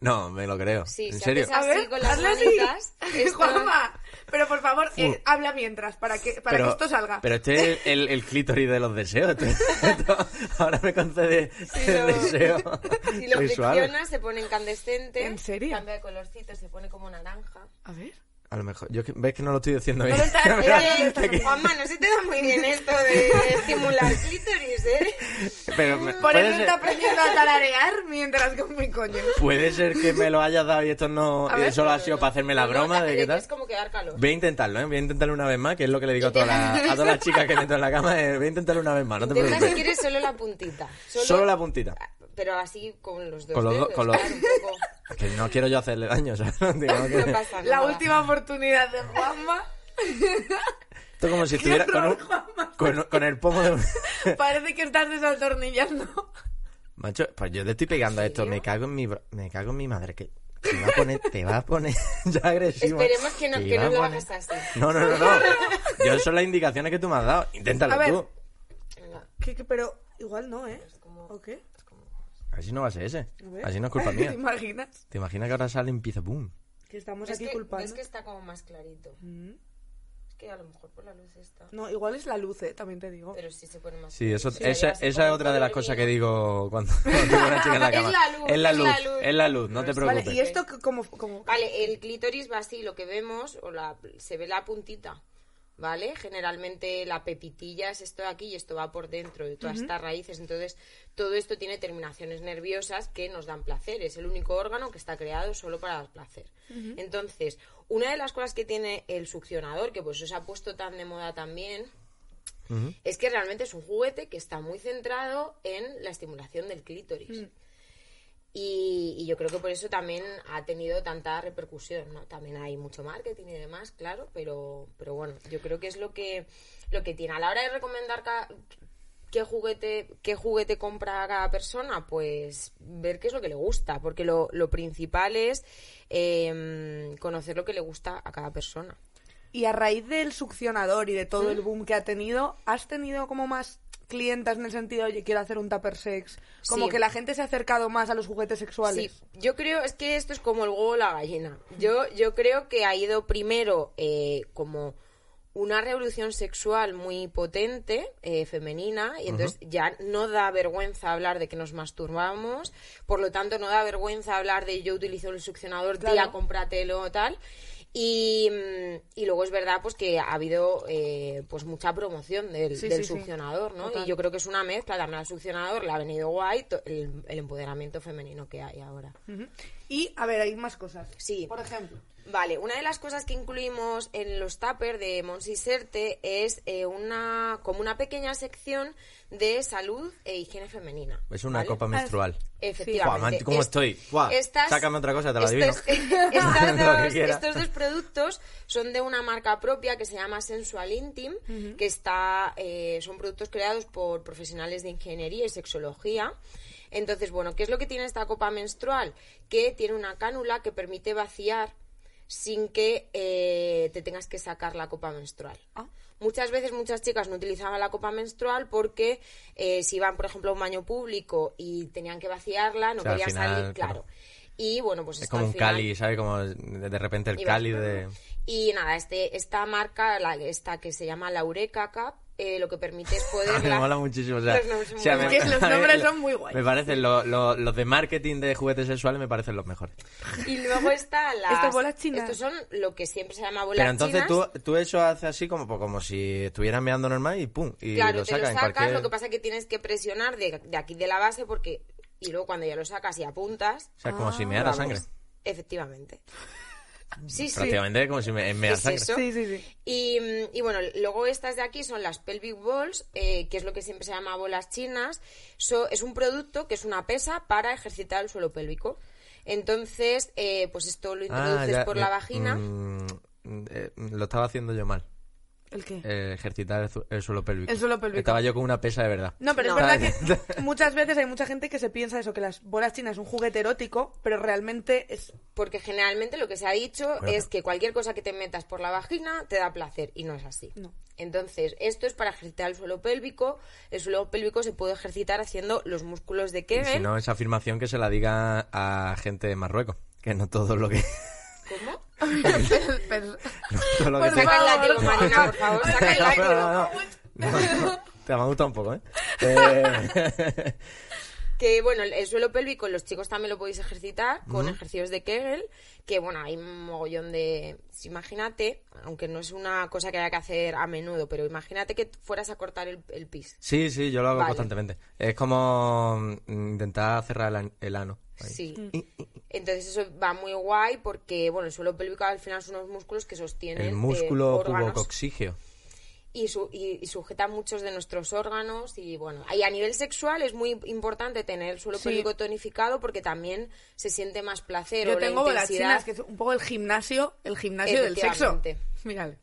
S2: No, me lo creo.
S4: Sí,
S2: ¿En
S4: se
S2: serio?
S4: hace esa-
S3: A
S4: Así,
S3: ver,
S4: con las
S3: hazle
S4: manitas.
S3: así.
S4: Esto-
S3: Juanma, pero por favor, eh, habla mientras, para que, para que esto salga.
S2: Uh. Pero este es el, el clítoris de los deseos. Esto- esto- ahora me concede
S4: Si
S2: el
S4: lo,
S2: deseo.
S4: si lo
S2: Soy suave.
S4: friccionas se pone incandescente.
S3: ¿En serio?
S4: Cambia de colorcito, se pone como naranja.
S3: A ver.
S2: A lo mejor. Yo que- ves que no lo estoy diciendo bien.
S3: No lo estás-
S2: Me
S3: Mira,
S4: Eh,
S2: da- que-
S4: Juanma, no se te da muy bien esto de estimular clítoris, ¿eh?
S2: pero me-
S3: Por
S2: puede,
S3: eso está
S2: ser,
S3: aprendiendo a tararear mientras con mi coño.
S2: puede ser que me lo hayas dado y esto no.
S3: A
S2: y
S3: ver.
S2: solo ha sido para hacerme la
S4: No,
S2: broma
S4: no,
S2: de
S4: le
S2: qué tal.
S4: Es como que dar calor.
S2: Voy a intentarlo, ¿eh? Voy a intentarlo una vez más, que es lo que le digo a todas las a todas las chicas que meto en la cama. eh, Voy a intentarlo una vez más, no te
S4: Intenta si
S2: preocupes.
S4: quieres solo la puntita. Solo,
S2: Solo la puntita.
S4: pero así con los dos
S2: Con los do-
S4: dedos,
S2: con los-
S4: claro, un poco.
S2: Que no quiero yo hacerle daño, o sea, no digo que-
S4: No pasa
S3: La
S4: nada.
S3: última oportunidad de Juanma.
S2: Esto como si estuviera con,
S3: horror,
S2: un-
S3: Juanma.
S2: con, con el pomo de un...
S3: Parece que estás desaltornillando.
S2: Macho, pues yo le estoy pegando a esto, me cago en mi, bro- me cago en mi madre, que te va a poner, te va a poner ya agresivo.
S4: Esperemos que no-
S2: Te
S4: que
S2: va
S4: no
S2: a
S4: lo
S2: poner-
S4: hagas así.
S2: No, no, no, no. Yo son las indicaciones que tú me has dado. Inténtalo
S3: A ver.
S2: tú.
S4: Venga,
S3: ¿Qué, qué? Pero igual no, ¿eh? ¿O qué?
S2: Así no va a ser ese.
S3: A ver.
S2: Así no es culpa mía.
S3: ¿Te imaginas?
S2: ¿Te imaginas que ahora sale en pizza boom?
S3: Que estamos pues
S4: Es
S3: aquí Mm.
S4: que,
S3: culpando.
S4: ves que está como más clarito. Es que a lo mejor por la luz está.
S3: No, igual es la luz, ¿eh? También te digo.
S4: Pero sí se pone más
S2: Sí, eso,
S4: clarito.
S2: esa,
S4: ya se
S2: esa
S4: pone
S2: es otra de las
S4: color
S2: cosas
S4: vino.
S2: que digo cuando, cuando veo una chica en la
S4: Es
S2: cama.
S4: la luz,
S2: Es la
S4: es
S2: luz,
S4: la luz.
S2: es la luz, no te
S3: Vale,
S2: preocupes.
S3: ¿y esto c- cómo, cómo-
S4: Vale, el clítoris va así, lo que vemos, o la, se ve la puntita, ¿vale? Generalmente la pepitilla es esto de aquí y esto va por dentro de todas estas raíces. Entonces, todo esto tiene terminaciones nerviosas que nos dan placer. Es el único órgano que está creado solo para dar placer. Entonces, una de las cosas que tiene el succionador, que pues se ha puesto tan de moda también, es que realmente es un juguete que está muy centrado en la estimulación del clítoris. Y, y yo creo que por eso también ha tenido tanta repercusión, ¿no? También hay mucho marketing y demás, claro, pero, pero bueno, yo creo que es lo que, lo que tiene. A la hora de recomendar ca- qué juguete, qué juguete compra cada persona, pues ver qué es lo que le gusta, porque lo, lo principal es eh, conocer lo que le gusta a cada persona.
S3: Y a raíz del succionador y de todo
S4: Mm.
S3: el boom que ha tenido, ¿has tenido como más clientas en el sentido, oye, quiero hacer un tupper sex? Como
S4: Sí.
S3: que la gente se ha acercado más a los juguetes sexuales.
S4: Sí, yo creo, es que esto es como el huevo o la gallina. Yo, yo creo que ha ido primero eh, como una revolución sexual muy potente, eh, femenina, y entonces ya no da vergüenza hablar de que nos masturbamos, por lo tanto no da vergüenza hablar de yo utilizo el succionador,
S3: Claro.
S4: tía, cómpratelo, tal. Y, mm, y luego es verdad pues que ha habido eh, pues mucha promoción del,
S3: Sí,
S4: del
S3: sí, sí.
S4: succionador, ¿no?
S3: Total.
S4: Y yo creo que es una mezcla, también al succionador le ha venido guay to- el, el empoderamiento femenino que hay ahora.
S3: Ujú. Y, a ver, hay más cosas.
S4: Sí.
S3: Por ejemplo.
S4: Vale, una de las cosas que incluimos en los tupper de Monsi Serte es eh, una como una pequeña sección de salud e higiene femenina.
S2: Es una
S4: ¿vale? Ah,
S2: copa menstrual. Guau,
S4: Efectivamente.
S2: man, ¿cómo estoy? Guau, sácame otra cosa, te la
S4: estos-
S2: adivino.
S4: estas
S2: Lo que
S4: dos-
S2: quiera.
S4: estos dos productos son de una marca propia que se llama Sensual Intim, que está, eh, son productos creados por profesionales de ingeniería y sexología. Entonces, bueno, ¿qué es lo que tiene esta copa menstrual? Que tiene una cánula que permite vaciar sin que eh, te tengas que sacar la copa menstrual. Muchas veces muchas chicas no utilizaban la copa menstrual porque eh, si iban, por ejemplo, a un baño público y tenían que vaciarla, no
S2: O sea, al
S4: querían
S2: final,
S4: salir,
S2: claro.
S4: claro. Y bueno, pues
S2: Es
S4: esto
S2: como
S4: al
S2: un
S4: final-
S2: cali, ¿sabes? Como de de repente el
S4: y vas-
S2: cali de...
S4: Y nada, este, esta marca, la, esta que se llama la Eureka Cup, eh, lo que permite es poder...
S2: me mola muchísimo. O sea,
S4: Los nombres son
S2: o sea,
S4: muy
S2: me-
S3: guays. Es que los nombres
S2: lo-
S3: son muy guays.
S2: Me parecen lo- lo- los de marketing de juguetes sexuales me parecen los mejores.
S4: Y luego está la...
S3: Estas bolas chinas.
S4: Estos son lo que siempre se llama bolas
S2: Pero entonces
S4: chinas.
S2: tú, tú eso haces así como, pues, como si estuvieras meando normal y pum, y
S4: claro,
S2: lo
S4: te lo
S2: sacas en
S4: sacas,
S2: cualquier...
S4: lo que pasa es que tienes que presionar de, de aquí de la base porque... Y luego cuando ya lo sacas y apuntas...
S2: O sea, como si meara
S4: vamos,
S2: sangre.
S4: Efectivamente. Sí, sí.
S2: Prácticamente como si me, meara
S4: Es
S2: sangre.
S4: eso.
S3: Sí, sí, sí.
S4: Y, mm, y bueno, luego estas de aquí son las pelvic balls, eh, que es lo que siempre se llama bolas chinas. So- es un producto que es una pesa para ejercitar el suelo pélvico. Entonces, eh, pues esto lo introduces
S2: ya,
S4: por
S2: eh,
S4: la vagina.
S2: mm, eh, lo estaba haciendo yo mal.
S3: ¿El qué?
S2: eh, ejercitar el, su- el suelo pélvico.
S3: El suelo pélvico.
S2: Estaba yo con una pesa de verdad.
S3: No, pero
S4: No.
S3: es verdad que muchas veces hay mucha gente que se piensa eso, que las bolas chinas es un juguete erótico, pero realmente es...
S4: Porque generalmente lo que se ha dicho
S2: Bueno,
S4: es que cualquier cosa que te metas por la vagina te da placer y no es así.
S3: No.
S4: Entonces, esto es para ejercitar el suelo pélvico. El suelo pélvico se puede ejercitar haciendo los músculos de
S2: Y
S4: Kegel.
S2: si no, esa afirmación que se la diga a gente de Marruecos. Que no todo lo que...
S4: ¿Cómo?
S2: todo lo
S3: Por
S2: te-
S4: Saca el
S3: favor.
S4: látigo, Marina, por favor. Saca el
S2: No,
S4: látigo.
S2: no, no, no. No, Te me ha gustado un poco, ¿eh? Eh,
S4: Que bueno, el- el suelo pélvico los chicos también lo podéis ejercitar con ejercicios de Kegel, que bueno, hay un mogollón de... si Imagínate, aunque no es una cosa que haya que hacer a menudo, pero imagínate que fueras a cortar el, el pis.
S2: Sí, sí, yo lo hago
S4: Vale.
S2: constantemente. Es como mm, intentar cerrar el, an- el ano. ahí.
S4: Sí.
S3: Mm.
S4: Entonces eso va muy guay porque, bueno, el suelo pélvico al final son unos músculos que sostienen...
S2: El
S4: eh,
S2: músculo
S4: órganos.
S2: pubocoxígeo.
S4: y, su- y- y sujeta muchos de nuestros órganos y bueno, y a nivel sexual es muy importante tener el suelo
S3: Sí.
S4: pélvico tonificado porque también se siente más placer o
S3: Yo
S4: la
S3: tengo bolas
S4: intensidad.
S3: chinas, que es un poco el gimnasio, el gimnasio del sexo.
S4: Efectivamente.
S3: Míralo,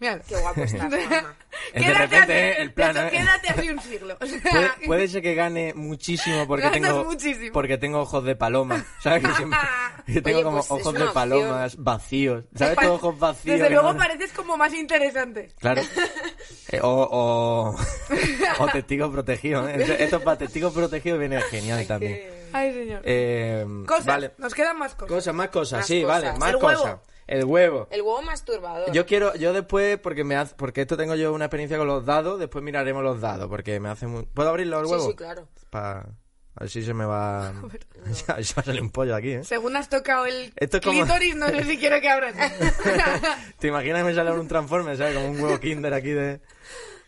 S3: míralo.
S4: Qué guapo está Juanma.
S2: De repente,
S3: así,
S2: el plan,
S3: de hecho,
S2: ¿eh?
S3: quédate así un siglo. O sea,
S2: Puede, puede ser que gane muchísimo porque
S3: Ganas
S2: tengo
S3: muchísimo.
S2: porque tengo ojos de paloma, ¿sabes? Que siempre- que tengo
S4: Oye,
S2: como
S4: pues es
S2: ojos
S4: una
S2: de
S4: opción.
S2: palomas vacíos, ¿sabes?
S3: pa-
S2: Todos ojos vacíos.
S3: Desde
S2: que
S3: luego
S2: no-
S3: pareces como más interesante.
S2: Claro. Eh, o, o, o testigo protegido. ¿eh? Esto- Esto para testigo protegido viene genial también.
S3: Ay, señor.
S2: Eh,
S3: cosas,
S2: Vale.
S3: nos quedan más cosas.
S2: Cosas, más cosas,
S4: Más
S2: sí,
S4: cosas.
S2: vale, más
S3: El huevo.
S2: cosas. El huevo.
S4: El huevo masturbador.
S2: Yo quiero, yo después, porque me hace, porque esto tengo yo una experiencia con los dados, después miraremos los dados, porque me hace muy... ¿Puedo abrirlo el
S4: Sí,
S2: huevo?
S4: sí, claro.
S2: Pa- A ver si se me va... A ver si va a salir un pollo aquí, ¿eh?
S3: Según has tocado el
S2: Esto es como-
S3: clítoris, no sé si quiero que abras.
S2: ¿Te imaginas que me sale ahora un transforme, ¿sabes? Como un huevo kinder aquí de...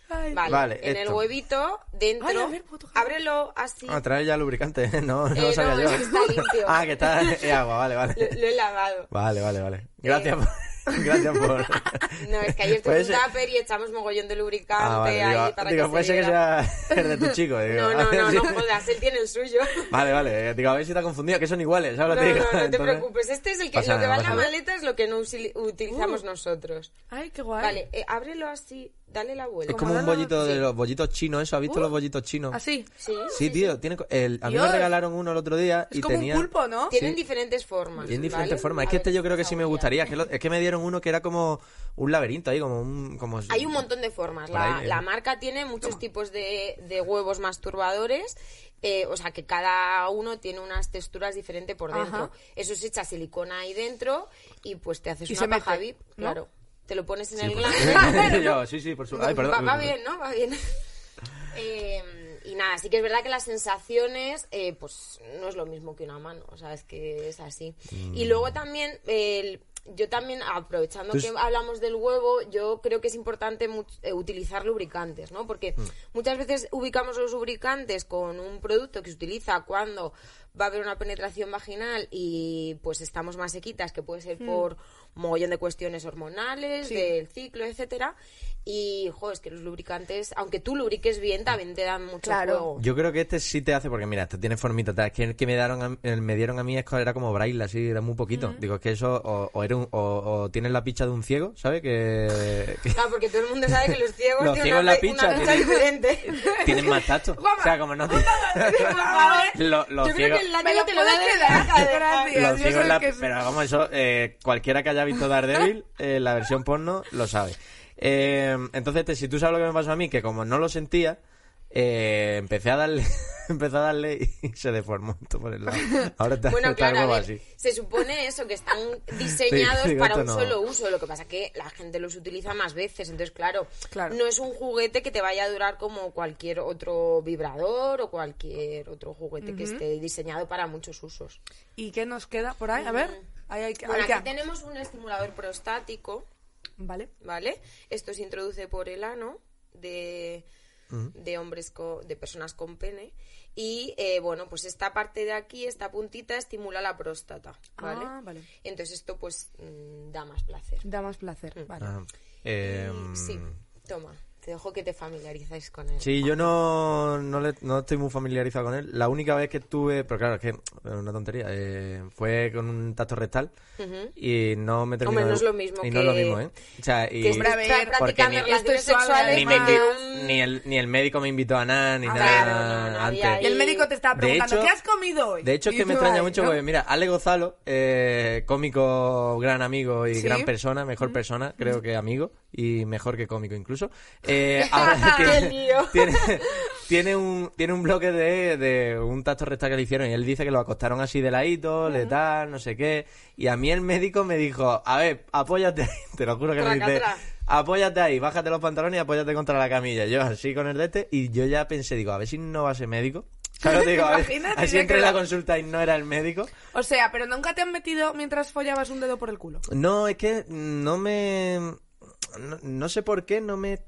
S3: Ay,
S4: Vale,
S2: Vale,
S4: en
S2: esto.
S4: el huevito, dentro,
S3: Ay, a ver, puedo tocar.
S4: ábrelo así,
S2: Ah, trae ya lubricante, ¿eh? no, no
S4: Eh,
S2: lo
S4: no,
S2: sabía yo.
S4: es que está limpio.
S2: ah, que está... Es agua, vale,
S4: lo,
S2: vale.
S4: lo he lavado.
S2: Vale, vale, vale. Gracias por... Gracias por...
S4: No, es que ayer tuve
S2: Puede
S4: un
S2: ser-
S4: tupper y echamos mogollón de lubricante
S2: Ah, vale,
S4: ahí
S2: digo,
S4: para
S2: digo,
S4: que
S2: puede
S4: se
S2: ser que
S4: viera.
S2: sea el de tu chico. digo,
S4: No,
S2: a
S4: no,
S2: ver
S4: no,
S2: si-
S4: no jodas, él tiene el suyo.
S2: Vale, vale, eh, digo, a ver si te has confundido, que son iguales, ¿sabes? lo
S4: No, no,
S2: que digo?
S4: no, no te
S2: Entonces-
S4: preocupes. Este es el que,
S2: pasa
S4: lo que
S2: nada,
S4: va en la
S2: pasa nada.
S4: maleta es lo que no usili-
S3: Uh.
S4: utilizamos nosotros.
S3: Ay, qué guay.
S4: Vale, eh, ábrelo así, dale la vuelta.
S2: Es como un bollito de los bollitos chinos, ¿eso? ¿Has
S4: Uh.
S2: visto los bollitos
S4: Ah,
S2: chinos?
S3: Así.
S4: Sí,
S2: Sí, tío, tiene, co- el, a mí me
S3: Dios.
S2: regalaron uno el otro día
S3: Es
S2: y
S3: como
S2: tenía...
S3: un pulpo, ¿no?
S4: tienen
S2: sí.
S4: diferentes formas.
S2: Tiene diferentes
S4: ¿vale?
S2: formas. Es
S4: A
S2: que
S4: ver,
S2: este yo creo que sí me
S4: saborea.
S2: gustaría. Es que, lo- es que me dieron uno que era como un laberinto ahí, como un... Como...
S4: Hay un montón de formas.
S2: Por
S4: La,
S2: ahí, ¿eh?
S4: la marca tiene muchos tipos de, de huevos masturbadores. eh, o sea, que cada uno tiene unas texturas diferentes por dentro.
S3: Ajá.
S4: Eso se echa silicona ahí dentro y pues te haces
S3: Y se
S4: una paja
S3: mete,
S4: VIP.
S3: ¿no?
S4: Claro. Te lo pones en el glande.
S2: Yo, sí, sí, por su... Ay, perdón.
S4: Va, va bien, ¿no? Va bien. Eh, y nada, sí que es verdad que las sensaciones, eh, pues no es lo mismo que una mano, o sea, es que es así.
S2: Mm.
S4: Y luego también, eh, el- yo también, aprovechando
S2: Tú
S4: que
S2: es-
S4: hablamos del huevo, yo creo que es importante mu- eh, utilizar lubricantes, ¿no? Porque
S2: Mm.
S4: muchas veces ubicamos los lubricantes con un producto que se utiliza cuando va a haber una penetración vaginal y pues estamos más sequitas, que puede ser por mogollón de cuestiones hormonales,
S3: Hmm. Sí.
S4: del ciclo, etcétera. Y, jo, es que los lubricantes, aunque tú lubriques bien, también te dan mucho
S3: Claro.
S4: juego.
S2: Yo creo que este sí te hace, porque mira, este tiene formita. tal. Es que el que me dieron a, el- me dieron a mí es co- era como braille, así, era muy poquito. Digo, es que eso, o, o, eres un- o- o tienes la picha de un ciego, ¿sabes? Que, que
S4: Claro, porque todo el mundo sabe que los ciegos
S2: Los
S4: tienen una,
S2: ciegos la
S4: pe-
S2: picha,
S4: una picha
S2: tienen-
S4: diferente.
S2: tienen más tacto. O sea, como no.
S3: Por favor.
S2: Lo- los
S4: Yo creo
S2: ciegos.
S4: que el
S3: Me
S4: látigo
S3: lo
S4: te lo da
S3: puedes
S4: de la
S3: quedar,
S4: cabeza.
S3: gracias.
S2: Los
S3: yo
S2: ciegos
S3: soy
S2: la-
S3: que es-
S2: Pero vamos, eso, eh, cualquiera que haya visto Daredevil, eh, la versión porno, lo sabe. Eh, entonces, este, si tú sabes lo que me pasó a mí, que como no lo sentía, eh, empecé a darle, empecé a darle y se deformó esto por el lado. Ahora está,
S4: Bueno,
S2: está el
S4: claro, a
S2: huevo
S4: ver,
S2: así.
S4: se supone eso, que están diseñados
S2: Sí, digo,
S4: para
S2: esto
S4: un
S2: no.
S4: solo uso. Lo que pasa que la gente los utiliza más veces. Entonces, claro,
S3: Claro.
S4: no es un juguete que te vaya a durar como cualquier otro vibrador o cualquier otro juguete que esté diseñado para muchos usos.
S3: ¿Y qué nos queda por ahí? A ver. Ahí hay que...
S4: Mm. Bueno,
S3: ahí queda.
S4: aquí tenemos un estimulador prostático.
S3: Vale.
S4: ¿vale? Esto se introduce por el ano de, de hombres co- de personas con pene y eh, bueno, pues esta parte de aquí, esta puntita estimula la próstata, ¿vale?
S3: Ah, vale.
S4: Entonces esto pues mm, da más placer.
S3: Da más placer. Vale.
S2: Ah, eh,
S4: Y sí, toma, te dejo que te familiarizáis con él.
S2: Sí, yo no, no, le- no estoy muy familiarizado con él. La única vez que estuve, pero claro, es que es una tontería, eh, fue con un tacto rectal y no me terminó.
S4: Hombre, no
S2: de-
S4: es lo mismo
S2: Y no
S4: que-
S2: es lo mismo, ¿eh? O sea, y
S4: Que
S3: Hombre,
S4: está
S3: a ver,
S2: porque
S4: practicando
S2: ni-
S4: relaciones
S3: esto es suave,
S4: sexuales
S2: ni, me
S4: con
S2: invi-
S4: un-
S2: ni el, ni el médico me invitó a nada, ni
S4: Ah,
S2: nada
S4: claro, no, no, había
S2: antes.
S3: Y el médico te estaba
S2: De
S3: preguntando,
S2: hecho-
S3: ¿qué has comido hoy?
S2: De hecho, es
S3: Y
S2: que me
S3: tú
S2: extraña
S3: ahí,
S2: mucho,
S3: ¿no?
S2: porque mira, Ale Gozalo, eh, cómico, gran amigo y
S3: Sí.
S2: gran persona, mejor persona, creo que amigo, y mejor que cómico incluso. eh, ahora
S4: Qué
S2: tiene,
S4: lío.
S2: tiene, tiene un, tiene un bloque de, de un tacto rectal que le hicieron, y él dice que lo acostaron así de ladito, le tal, no sé qué. Y a mí el médico me dijo, a ver, apóyate, ahí", te lo juro que me
S4: Traca,
S2: dice,
S4: traca.
S2: apóyate ahí, bájate los pantalones y apóyate contra la camilla. Yo así con el de este, y yo ya pensé, digo, a ver si no va a ser médico. Claro, digo, a ver,
S3: Imagínate,
S2: así
S3: ya
S2: entré en
S3: que
S2: la
S3: la-
S2: consulta y no era el médico.
S3: O sea, pero nunca te han metido mientras follabas un dedo por el culo.
S2: No, es que no me. No, no sé por qué no me.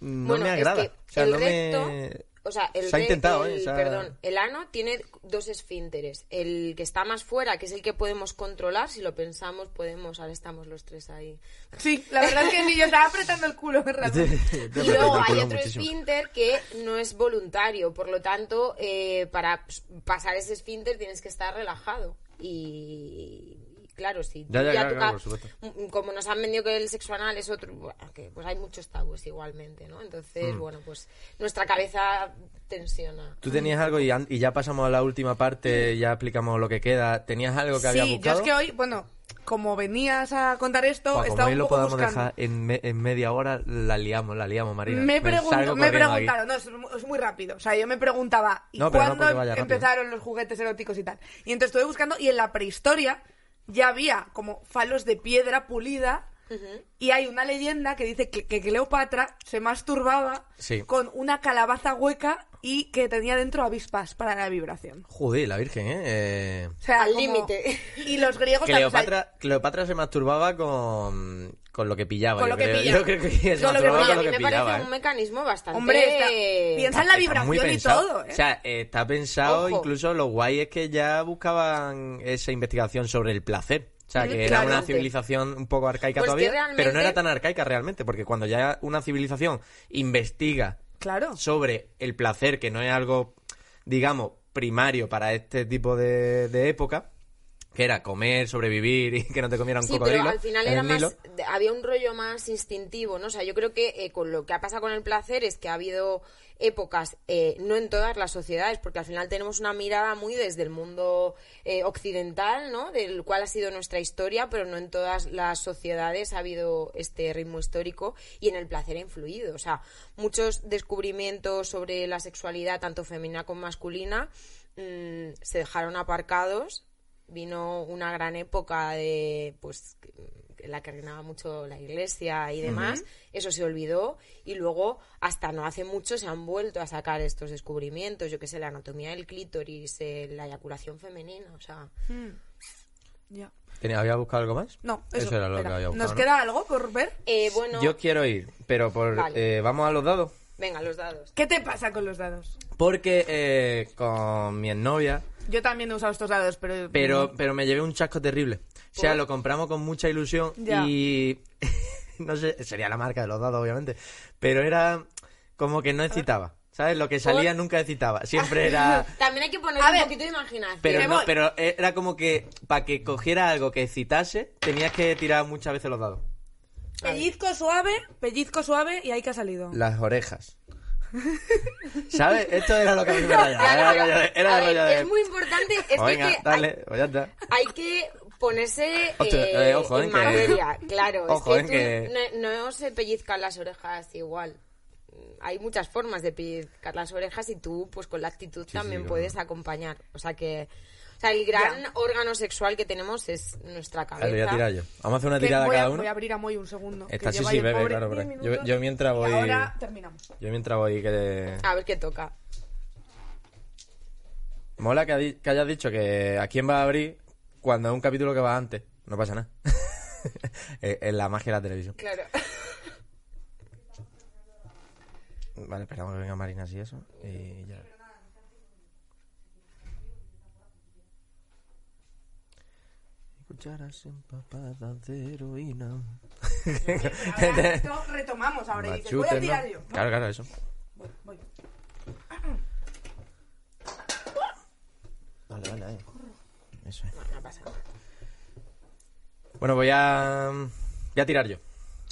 S2: No
S4: bueno,
S2: me agrada.
S4: es que
S2: o sea,
S4: el
S2: no
S4: recto,
S2: me.
S4: o sea, el,
S2: Se ha
S4: re-
S2: intentado,
S4: el-
S2: ¿eh? Se ha-
S4: perdón, el ano tiene dos esfínteres. El que está más fuera, que es el que podemos controlar, si lo pensamos, podemos, ahora estamos los tres ahí.
S3: Sí, la verdad es que sí, yo estaba apretando el culo. realmente.
S4: Y luego hay otro esfínter que no es voluntario, por lo tanto, eh, para pues, pasar ese esfínter tienes que estar relajado. Y, y claro, sí.
S2: Ya, ya, claro,
S4: tú-
S2: claro,
S4: ah,
S2: por supuesto.
S4: mm, Como nos han vendido que el sexo anal es otro, bueno, que, pues hay muchos tabúes igualmente, ¿no? Entonces,
S2: Mm.
S4: bueno, pues nuestra cabeza tensiona.
S2: Tú tenías algo y, an- y ya pasamos a la última parte, ya explicamos lo que queda. ¿Tenías algo que habías
S3: Sí, yo es
S2: buscado?
S3: que hoy, bueno, como venías a contar esto,
S2: Pa, como
S3: estaba
S2: hoy
S3: un
S2: lo
S3: poco
S2: podamos
S3: buscando.
S2: dejar en, me- en media hora, la liamos, la liamos, Marina.
S3: Me, pregunto-
S2: salgo
S3: me
S2: corriendo aquí.
S3: preguntaron, no, es mu- es muy rápido. O sea, yo me preguntaba, ¿y
S2: No, pero no
S3: cuándo
S2: porque vaya rápido.
S3: empezaron los juguetes eróticos y tal? Y entonces estuve buscando, y en la prehistoria ya había como falos de piedra pulida. Y hay una leyenda que dice que, que Cleopatra se masturbaba
S2: Sí.
S3: con una calabaza hueca y que tenía dentro avispas para la vibración.
S2: Joder, la Virgen, ¿eh? eh
S3: O sea,
S4: Al
S3: como-
S4: límite.
S3: Y los griegos también, Pues o sea,
S2: Cleopatra, Cleopatra se masturbaba con, con lo que pillaba.
S3: Con
S2: yo
S3: lo que
S2: creo.
S3: pillaba.
S2: Yo creo que se
S3: Con lo que
S2: masturbaba
S4: Bueno,
S2: con
S4: a
S2: lo
S4: mí
S2: que
S4: me
S2: pillaba.
S4: parece un
S2: ¿eh?
S4: mecanismo bastante...
S3: Hombre, está- piensa en
S2: Está
S3: la
S2: muy
S3: vibración y
S2: pensado.
S3: todo, ¿eh?
S2: O sea, eh, está pensado,
S4: Ojo.
S2: incluso lo guay es que ya buscaban esa investigación sobre el placer. O sea,
S4: Ujú,
S2: que era una
S4: claramente.
S2: civilización un poco arcaica
S4: Pues que
S2: todavía, pero no
S4: realmente-
S2: era tan arcaica realmente, porque cuando ya una civilización investiga
S3: Claro.
S2: sobre el placer, que no es algo, digamos, primario para este tipo de, de época, que era comer, sobrevivir y que no te comieran un
S4: Sí,
S2: cocodrilo.
S4: pero al final
S2: en
S4: era
S2: el
S4: más,
S2: Nilo.
S4: de- había un rollo más instintivo, ¿no? O sea, yo creo que eh, con lo que ha pasado con el placer es que ha habido épocas, eh, no en todas las sociedades, porque al final tenemos una mirada muy desde el mundo eh, occidental, ¿no? Del cual ha sido nuestra historia, pero no en todas las sociedades ha habido este ritmo histórico y en el placer ha influido. O sea, muchos descubrimientos sobre la sexualidad, tanto femenina como masculina, mm, se dejaron aparcados vino una gran época de pues en la que reinaba mucho la iglesia y demás, eso se olvidó y luego hasta no hace mucho se han vuelto a sacar estos descubrimientos, yo que sé, la anatomía del clítoris, eh, la eyaculación femenina, o sea,
S3: Hmm. Ya.
S2: ¿Tenía- ¿Había buscado algo más?
S3: No, eso,
S2: era lo
S3: espera.
S2: que había buscado.
S3: ¿Nos
S2: ¿no?
S3: queda algo por ver?
S4: eh, bueno,
S2: Yo quiero ir, pero por,
S4: Vale.
S2: eh, vamos a los dados.
S4: venga, los dados.
S3: ¿Qué te pasa con los dados?
S2: Porque eh, con mi novia
S3: Yo también he usado estos dados, pero...
S2: pero, pero me llevé un chasco terrible. O sea, lo compramos con mucha ilusión
S3: Ya.
S2: y... no sé, sería la marca de los dados, obviamente. Pero era como que no excitaba. ¿Sabes? Lo que salía nunca excitaba. Siempre era...
S4: También hay que poner
S3: A
S4: un
S3: ver.
S4: poquito de imaginación.
S2: Pero,
S3: Me
S2: no,
S3: voy.
S2: pero era como que para que cogiera algo que excitase, tenías que tirar muchas veces los dados.
S3: mm, Pellizco suave, pellizco suave y ahí que ha salido.
S2: Las orejas. ¿Sabes? Esto era lo que a mí me rayaba. Era,
S4: Claro,
S2: rollo de- era
S4: a ver,
S2: rollo de-
S4: es muy importante, es
S2: Pues
S4: que-
S2: venga,
S4: que hay-
S2: dale, pues ya está.
S4: hay que ponerse
S2: Hostia,
S4: eh,
S2: eh, ojo,
S4: en
S2: eh, que-
S4: materia, claro.
S2: Ojo,
S4: es que,
S2: eh,
S4: tú No, no se pellizcan las orejas igual. Hay muchas formas de pellizcar las orejas y tú, pues con la actitud también puedes acompañar. O sea que... O sea, el gran órgano sexual que tenemos es nuestra
S2: Vale, voy a
S4: cabeza.
S2: tirar yo. Vamos a hacer una
S3: Que
S2: tirada
S3: voy, a,
S2: cada uno.
S3: voy a abrir a Moy un segundo. que
S2: Esta sí,
S3: lleva
S2: sí,
S3: ahí el
S2: bebe,
S3: pobre
S2: claro,
S3: 10
S2: pero
S3: minutos.
S2: yo- yo mientras
S3: Y
S2: voy-
S3: ahora terminamos.
S2: Yo mientras voy que...
S4: A ver qué toca.
S2: Mola que, ha di- que hayas dicho que a quién va a abrir cuando es un capítulo que va antes. No pasa nada. Eh, Es la magia de la televisión.
S4: Claro.
S2: Vale, esperamos que venga Marina así eso. Y ya. Cucharas empapadas de heroína.
S3: Ahora esto retomamos ahora y dices, voy a
S2: Machute,
S3: tirar
S2: ¿no?
S3: yo.
S2: Claro, claro, eso.
S3: Voy.
S2: Vale, vale, vale. Eso es.
S4: No pasa nada.
S2: Bueno, voy a. Voy a tirar yo.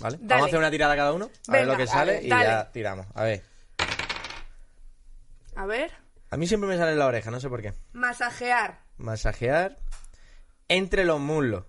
S2: ¿Vale?
S3: Dale.
S2: Vamos a hacer una tirada cada uno. A ver
S3: Venga,
S2: lo que sale
S3: dale,
S2: y
S3: dale.
S2: ya tiramos. A ver.
S3: A ver,
S2: A mí siempre me sale en la oreja, no sé por qué.
S3: masajear.
S2: Masajear entre los muslos.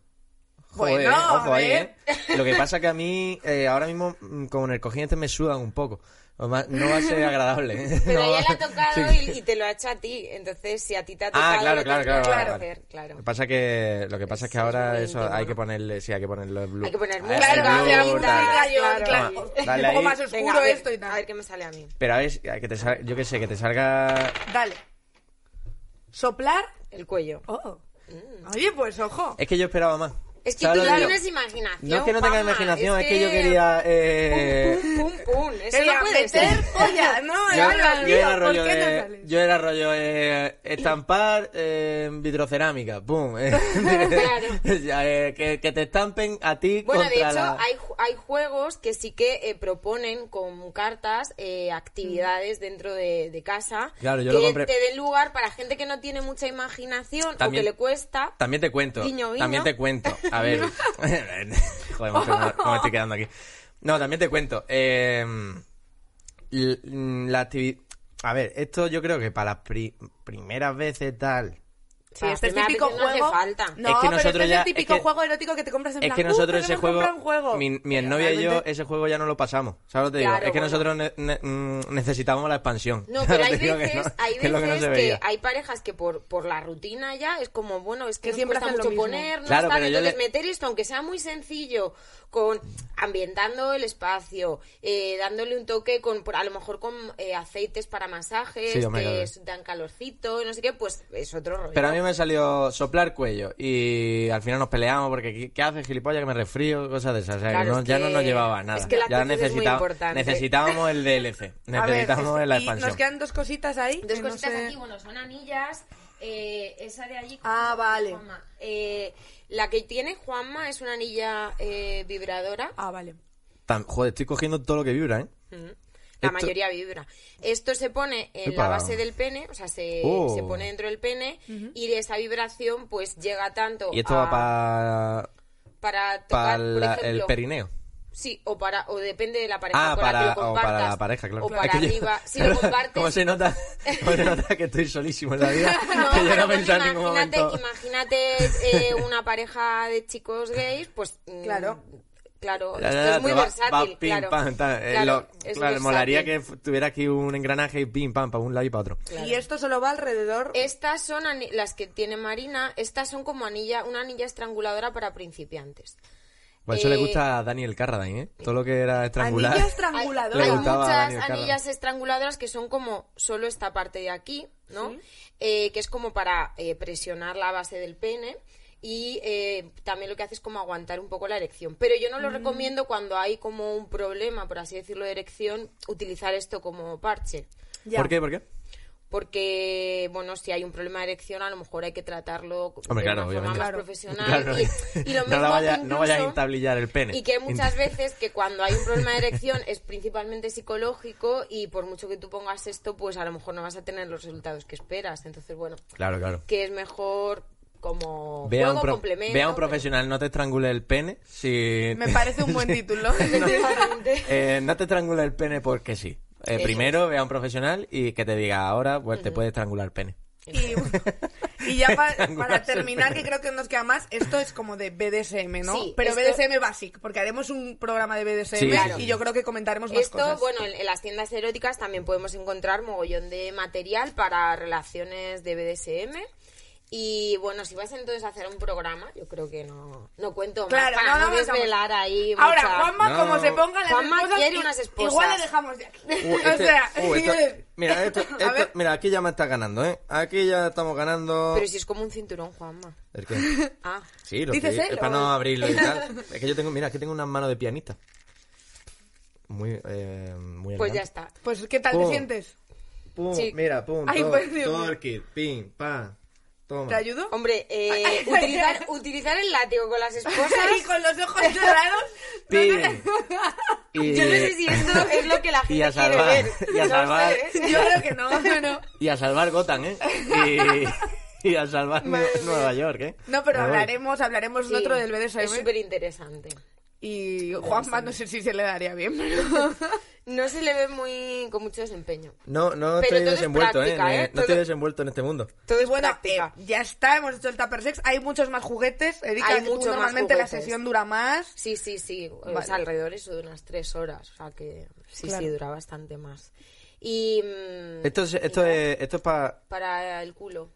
S3: Bueno,
S2: eh,
S3: a
S2: ojo ahí,
S3: ver.
S2: eh. Lo que pasa que a mí eh, ahora mismo, mm, como en el cojín este, me sudan un poco. O más, No va a ser agradable. eh.
S4: Pero
S2: No va-
S4: ella le ha tocado
S2: Sí.
S4: y, y te lo ha hecho a ti. Entonces, si a ti te ha tocado...
S2: Ah, claro,
S4: lo
S2: claro,
S4: tendrías
S2: claro.
S4: que
S2: vale,
S4: hacer,
S2: vale.
S4: claro.
S2: Lo que pasa que, lo que, pasa es que
S4: Es
S2: ahora
S4: muy
S2: eso
S4: íntimo,
S2: hay que
S4: ¿no?
S2: ponerle, sí, hay que ponerle blue.
S4: Hay que poner
S2: Ah,
S4: blue,
S2: el
S3: Claro,
S4: claro,
S3: que
S2: blue,
S3: apunta
S2: tal.
S4: claro.
S3: y rayón,
S4: Claro.
S3: claro.
S2: Dale
S3: un poco
S2: ahí.
S3: más
S4: Venga,
S3: oscuro
S4: a ver-
S3: esto y tal.
S4: A ver qué me sale a mí.
S2: Pero a ver, que te salga, yo qué sé, que te salga
S3: Dale. Soplar.
S4: El cuello.
S3: Oh. Oye, pues ojo.
S4: Mm.
S2: Es que yo esperaba más.
S4: Es que tú
S2: ¿Sabes lo que yo-
S4: tienes imaginación.
S2: No es que no tenga
S4: Juanma,
S2: imaginación, es que yo quería, eh,
S4: Pum, pum, pum. Eso
S3: Quería
S4: no puede ser.
S3: meter polla, no,
S2: Yo,
S3: Álvaro,
S2: yo
S3: tío,
S2: era
S3: ¿por
S2: rollo
S3: qué no
S2: de,
S3: sales?
S2: yo era rollo eh, estampar eh, vitrocerámica, pum. eh.
S4: Claro.
S2: Ya, eh, que, que te estampen a ti
S4: Bueno, de
S2: contra
S4: hecho,
S2: la-
S4: hay, ju- hay juegos que sí que eh, proponen con cartas eh, actividades dentro de, de casa
S2: Claro, yo
S4: que
S2: lo compré.
S4: te den lugar para gente que no tiene mucha imaginación
S2: También-
S4: o que le cuesta.
S2: También te cuento.
S4: Guiño, guiño.
S2: También te cuento. A ver. Joder, macho, cómo- cómo me estoy quedando aquí. No, también te cuento. Eh, l- mm, la activi- A ver, esto yo creo que para las pri- primeras veces tal.
S3: Sí,
S4: Para
S3: este es
S4: primera
S3: típico
S4: vez no hace
S3: juego.
S4: falta.
S2: Ah.
S3: No,
S2: Es que
S3: pero
S2: nosotros
S3: este
S2: ya-
S3: es el
S2: es
S3: típico
S2: que-
S3: juego erótico que te compras en
S2: Es
S3: plan,
S2: que
S3: "Uh,
S2: nosotros ese
S3: podemos
S2: juego,
S3: comprar un juego.
S2: Mi, mi
S3: Pero
S2: exnovia y yo,
S3: realmente-
S2: ese juego ya no lo pasamos. ¿Sabes lo que te digo?
S4: Claro,
S2: es que
S4: bueno.
S2: nosotros ne- ne- mm, necesitamos la expansión.
S4: No,
S2: ¿Sabes
S4: pero
S2: lo
S4: hay
S2: que digo? Que
S4: veces,
S2: no-
S4: hay
S2: que es lo que no
S4: veces
S2: se
S4: que,
S2: veía.
S4: hay parejas que por, por la rutina ya es como, bueno, es que,
S3: Que
S4: nos
S3: siempre
S4: cuesta
S3: hacen lo
S4: mucho
S3: mismo.
S4: ponernos,
S2: Claro,
S4: tal,
S2: pero yo
S4: entonces
S2: le-
S4: meter esto, aunque sea muy sencillo, con ambientando el espacio, eh, dándole un toque con, por- a lo mejor con eh, aceites para masajes,
S2: Sí, hombre,
S4: que
S2: claro.
S4: es- dan calorcito, y no sé qué, pues es otro rollo.
S2: Pero a mí me salió soplar cuello y al final nos peleamos porque ¿qué- ¿qué haces, gilipollas? Que me resfrío, cosas de esas. O sea,
S4: Claro,
S2: que no-
S4: es
S2: ya no
S4: que-
S2: nos llevaba a nada.
S4: es que la
S2: ya
S4: actitud es muy
S2: necesitaba-
S4: importante.
S2: necesitábamos el DLC,
S3: A ver,
S2: necesitábamos
S3: es-
S2: la
S3: y
S2: expansión.
S3: Nos quedan dos cositas ahí.
S4: Dos
S3: que no
S4: cositas
S3: sé-
S4: aquí, bueno, son anillas. eh, esa de allí.
S3: Ah, vale.
S4: Juanma. Eh, la que tiene Juanma es una anilla eh, vibradora.
S3: Ah, vale.
S2: Tam- Joder, estoy cogiendo todo lo que vibra, ¿eh?
S4: La
S2: Esto-
S4: mayoría vibra. Esto se pone en
S2: Epa.
S4: la base del pene, o sea, se,
S2: Oh.
S4: se pone dentro del pene y de esa vibración pues llega tanto
S2: Y esto
S4: a-
S2: va para para
S4: para tocar, Ah. por
S2: el
S4: ejemplo,
S2: perineo.
S4: Sí, o para o depende de la pareja
S2: ah,
S4: con la que
S2: para,
S4: lo
S2: o para
S4: compartas,
S2: la pareja, claro.
S4: O para
S2: Es que yo-
S4: arriba, si lo compartes.
S2: ¿Cómo se nota? cómo se nota que estoy solísimo en la vida? que
S4: No,
S2: yo
S4: pero
S2: no
S4: pues
S2: pensé en ningún
S4: imagínate,
S2: momento.
S4: imagínate eh, una pareja de chicos gays, pues mm,
S3: Claro.
S4: Claro,
S2: Ya,
S4: esto
S2: ya, ya,
S4: es muy
S2: pero va-
S4: versátil,
S2: va pim,
S4: claro.
S2: pam, tal. Eh,
S4: Claro,
S2: lo-
S4: es
S2: claro, molaría
S4: versátil.
S2: que fu- tuviera aquí un engranaje y pim, pam, para un lado y para otro.
S4: Claro. Eh,
S3: Y esto solo va alrededor.
S4: Estas son ani- las que tiene Marina, estas son como anilla, una anilla estranguladora para principiantes.
S2: Pues eso le
S4: Eh,
S2: gusta a Daniel Carradine, ¿eh? Todo lo que era estrangular.
S3: Anilla
S4: Hay,
S3: estranguladora.
S4: hay
S2: Le gustaba a
S4: muchas
S2: Daniel Carla.
S4: anillas estranguladoras que son como solo esta parte de aquí, ¿no? Eh, que es como para eh, presionar la base del pene y eh, también lo que hace es como aguantar un poco la erección. Pero yo no lo recomiendo cuando hay como un problema, por así decirlo, de erección, utilizar esto como parche.
S3: Ya.
S2: ¿Por qué? ¿Por qué?
S4: porque bueno si hay un problema de erección a lo mejor hay que tratarlo
S2: Hombre,
S4: de
S2: claro,
S4: una
S2: obviamente.
S4: forma más
S3: Claro.
S4: profesional
S2: Claro.
S4: y, y lo
S2: No
S4: mismo
S2: la vaya-
S4: que
S2: no vayas a
S4: incluso-
S2: entablillar el pene.
S4: y que muchas veces que cuando hay un problema de erección es principalmente psicológico y por mucho que tú pongas esto pues a lo mejor no vas a tener los resultados que esperas entonces bueno
S2: Claro, claro.
S4: que es mejor como
S2: Vea un,
S4: juego
S2: pro-
S4: complemento
S2: ve a un profesional, no te estrangule el pene si...
S3: Me parece un buen título.
S4: Efectivamente.
S2: Eh, no te estrangule el pene porque sí. Eh,
S4: Eso
S2: primero ve a un profesional y que te diga ahora, pues te puede estrangular el pene.
S3: Y, y ya pa- para
S2: Estrangularse.
S3: terminar, que creo que nos queda más, esto es como de BDSM, ¿no?
S4: Sí,
S3: Pero
S4: esto-
S3: BDSM Basic, porque haremos un programa de BDSM
S2: Sí,
S4: sí, sí.
S3: y yo creo que comentaremos más
S4: Esto,
S3: cosas.
S4: bueno, en, en las tiendas eróticas también podemos encontrar mogollón de material para relaciones de BDSM. Y bueno, si vas entonces a hacer un programa, yo creo que no, no cuento más
S3: Claro,
S4: para
S3: no,
S4: no
S3: no pensamos.
S4: desvelar ahí.
S3: Ahora,
S4: mucha-
S3: Juanma,
S2: No.
S3: como se ponga las
S4: Juanma
S3: esposas,
S4: quiere
S3: i-
S4: unas esposas.
S3: Igual le dejamos de aquí.
S2: Uh,
S3: o
S2: este-
S3: sea,
S2: uh, esto-
S3: sí.
S2: mira, esto-
S3: A
S2: esto-
S3: ver.
S2: mira, aquí ya me estás ganando, ¿eh? Aquí ya estamos ganando.
S4: Pero si es como un cinturón, Juanma.
S2: ¿El qué?
S4: Ah,
S2: Sí, lo
S3: Dices
S2: que
S3: él,
S2: es para
S3: ¿o?
S2: no abrirlo y tal. Es que yo tengo, mira, aquí tengo unas manos de pianista. Muy, eh, muy
S4: pues ya
S2: elegante.
S4: está.
S3: Pues, ¿qué tal
S2: Pum.
S3: te sientes?
S2: Pum,
S4: Sí.
S2: mira, pum,
S3: Ay,
S2: todo,
S3: pues, Dios
S2: todo
S3: mío.
S2: el kit, pim, pam, toma.
S3: ¿Te ayudo?
S4: Hombre, eh, utilizar, utilizar el látigo con las esposas.
S3: y con los ojos cerrados. no
S2: Pim.
S3: sé-
S2: Y,
S4: Yo no sé si esto es lo que la gente
S2: y a
S4: quiere
S2: salvar,
S4: ver.
S2: y a
S4: No
S2: salvar.
S4: sé, ¿eh?
S3: Yo creo que no, no, no.
S2: y a salvar Gotham, ¿eh? Y, y a salvar Nue-
S4: Madre mía.
S2: Nueva York, ¿eh?
S3: No, pero
S2: Me voy.
S3: hablaremos, hablaremos
S4: Sí,
S3: otro del
S4: Es
S3: BDSM.
S4: súper interesante.
S3: Y Juanma, no sé si se le daría bien, pero...
S4: No se le ve muy con mucho desempeño.
S2: No, no
S4: Pero
S2: estoy
S4: todo es
S2: desenvuelto,
S4: práctica,
S2: ¿eh?
S4: ¿eh?
S2: No estoy
S4: Todo-
S2: desenvuelto en este mundo.
S4: Todo es
S3: Bueno,
S4: práctica.
S3: eh, ya está, hemos hecho el Tupper Sex. Hay muchos más juguetes. Erika,
S4: Hay
S3: tú
S4: mucho más
S3: normalmente la
S4: juguetes.
S3: sesión dura más.
S4: Sí, sí, sí. o
S3: Vale.
S4: sea, alrededor eso de unas tres horas. O sea que sí,
S3: Claro.
S4: sí, dura bastante más. Y. mm,
S2: Esto es, esto
S4: y
S2: es, esto es para...
S4: Para el culo.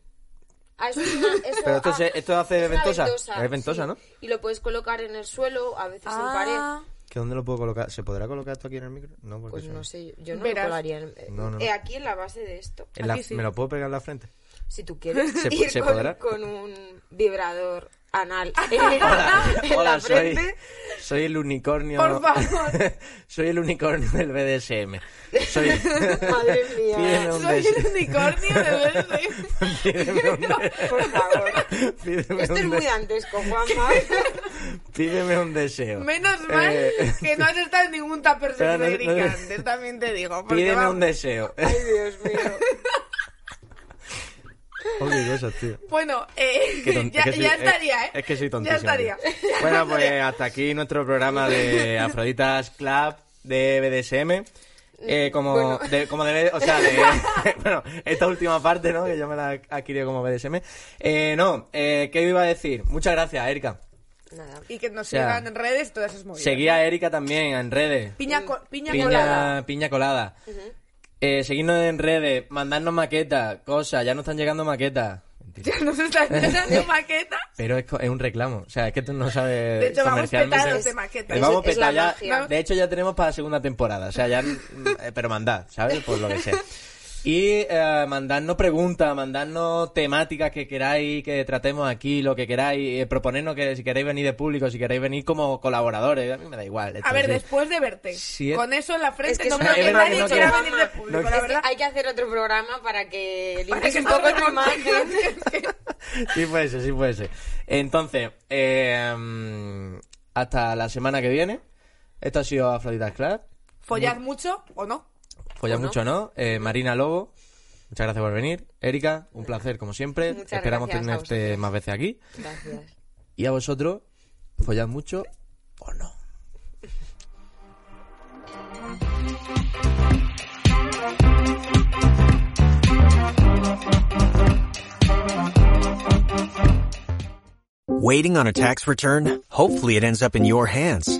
S4: Ah, eso es una- eso-
S2: Pero esto
S4: ah,
S2: se- esto hace
S4: es una
S2: ventosa. Es ventosa, ¿no?
S4: Y lo puedes colocar en el suelo, a veces
S3: Ah.
S4: en pared.
S2: ¿Que ¿Dónde lo puedo colocar? ¿Se podrá colocar esto aquí en el micro? No, porque
S4: Pues
S2: eso-
S4: no sé, yo no
S3: Verás.
S4: lo colaría en- eh,
S2: No, no.
S4: eh, aquí en la base de esto.
S2: En la-
S3: Aquí sí.
S2: ¿Me lo puedo pegar en la frente?
S4: Si tú quieres
S2: Se-
S4: ir
S2: se
S4: con,
S2: podrá.
S4: con un vibrador anal. en
S2: Hola,
S4: la
S2: soy,
S4: frente.
S2: soy el unicornio.
S3: Por favor.
S2: soy el unicornio del BDSM. Soy,
S4: Madre mía.
S2: pídeme un
S3: Soy el
S2: deseo.
S3: unicornio de verde.
S2: Pídeme un deseo.
S4: Por favor.
S2: Pídeme,
S4: Esto es
S2: un,
S4: muy
S2: de-
S4: dantesco, Juanma.
S2: pídeme un deseo.
S3: Menos mal
S2: Eh,
S3: que no has estado en ningún tupper
S2: pero no- no-
S3: Sexy antes, también te digo. Porque
S2: Pídeme
S3: vamos.
S2: un deseo.
S4: Ay, Dios mío.
S2: Pobre cosas, tío.
S3: Bueno, eh,
S2: Qué ton-
S3: ya,
S2: es que soy-
S3: ya
S2: es-
S3: estaría, ¿eh?
S2: Es que soy
S3: Ya
S2: tontísimo.
S3: estaría.
S2: tío. Bueno, pues hasta aquí nuestro programa de Afroditas Club de BDSM. Eh, como,
S4: Bueno.
S2: de, como de B- o sea, de, bueno, esta última parte, ¿no? Que yo me la he adquirido como BDSM. Eh, no, eh, ¿qué iba a decir? Muchas gracias, Erika.
S4: Nada.
S3: Y que nos
S2: sea,
S3: sigan en redes todas esas movidas.
S4: ¿eh?
S2: Seguí a Erika también en redes.
S3: Piña, co- piña,
S2: Piña
S3: colada.
S2: Piña colada. Eh, seguidnos en redes, mandarnos maquetas, cosas. Ya nos están llegando maquetas. Mentira.
S3: Ya nos están dando maquetas.
S2: Pero es, co- es un reclamo. O sea, es que tú no sabes.
S3: De hecho, vamos
S2: comercialmente.
S3: petados de maquetas.
S2: Eh, vamos
S4: Es- es la
S2: petados, ya-
S4: magia.
S2: de hecho, ya tenemos para la segunda temporada. O sea, ya. eh, pero mandad, ¿sabes? Por lo que sea. Y eh, mandadnos preguntas, mandadnos temáticas que queráis que tratemos aquí, lo que queráis. eh, proponernos que si queréis venir de público, si queréis venir como colaboradores. A mí me da igual.
S3: A ver,
S2: entonces-
S3: después de verte.
S2: Sí, eh.
S3: Con eso en la frente
S4: Es que
S3: no
S4: es
S3: creo
S4: una
S3: que
S2: verdad
S3: nadie
S2: que no
S3: quiera
S4: quiero.
S3: venir de público,
S2: No-
S3: la
S4: Es que
S3: verdad.
S4: hay que hacer otro programa para que
S3: Para
S4: limpies
S3: que
S4: un poco
S3: salga
S4: tu
S3: la
S4: imagen.
S2: Sí puede ser, sí puede ser. Entonces, eh, mm, hasta la semana que viene. Esto ha sido Afroditas Club.
S3: Follad mucho o no.
S2: Follar mucho, ¿no? Eh, Marina Lobo, muchas gracias por venir. Erika, un placer como siempre.
S4: Muchas
S2: Esperamos
S4: gracias a
S2: tenerte
S4: vosotros.
S2: más veces aquí.
S4: Gracias.
S2: Y a vosotros, follad mucho o no.
S1: Waiting on a tax return? Hopefully it ends up in your hands.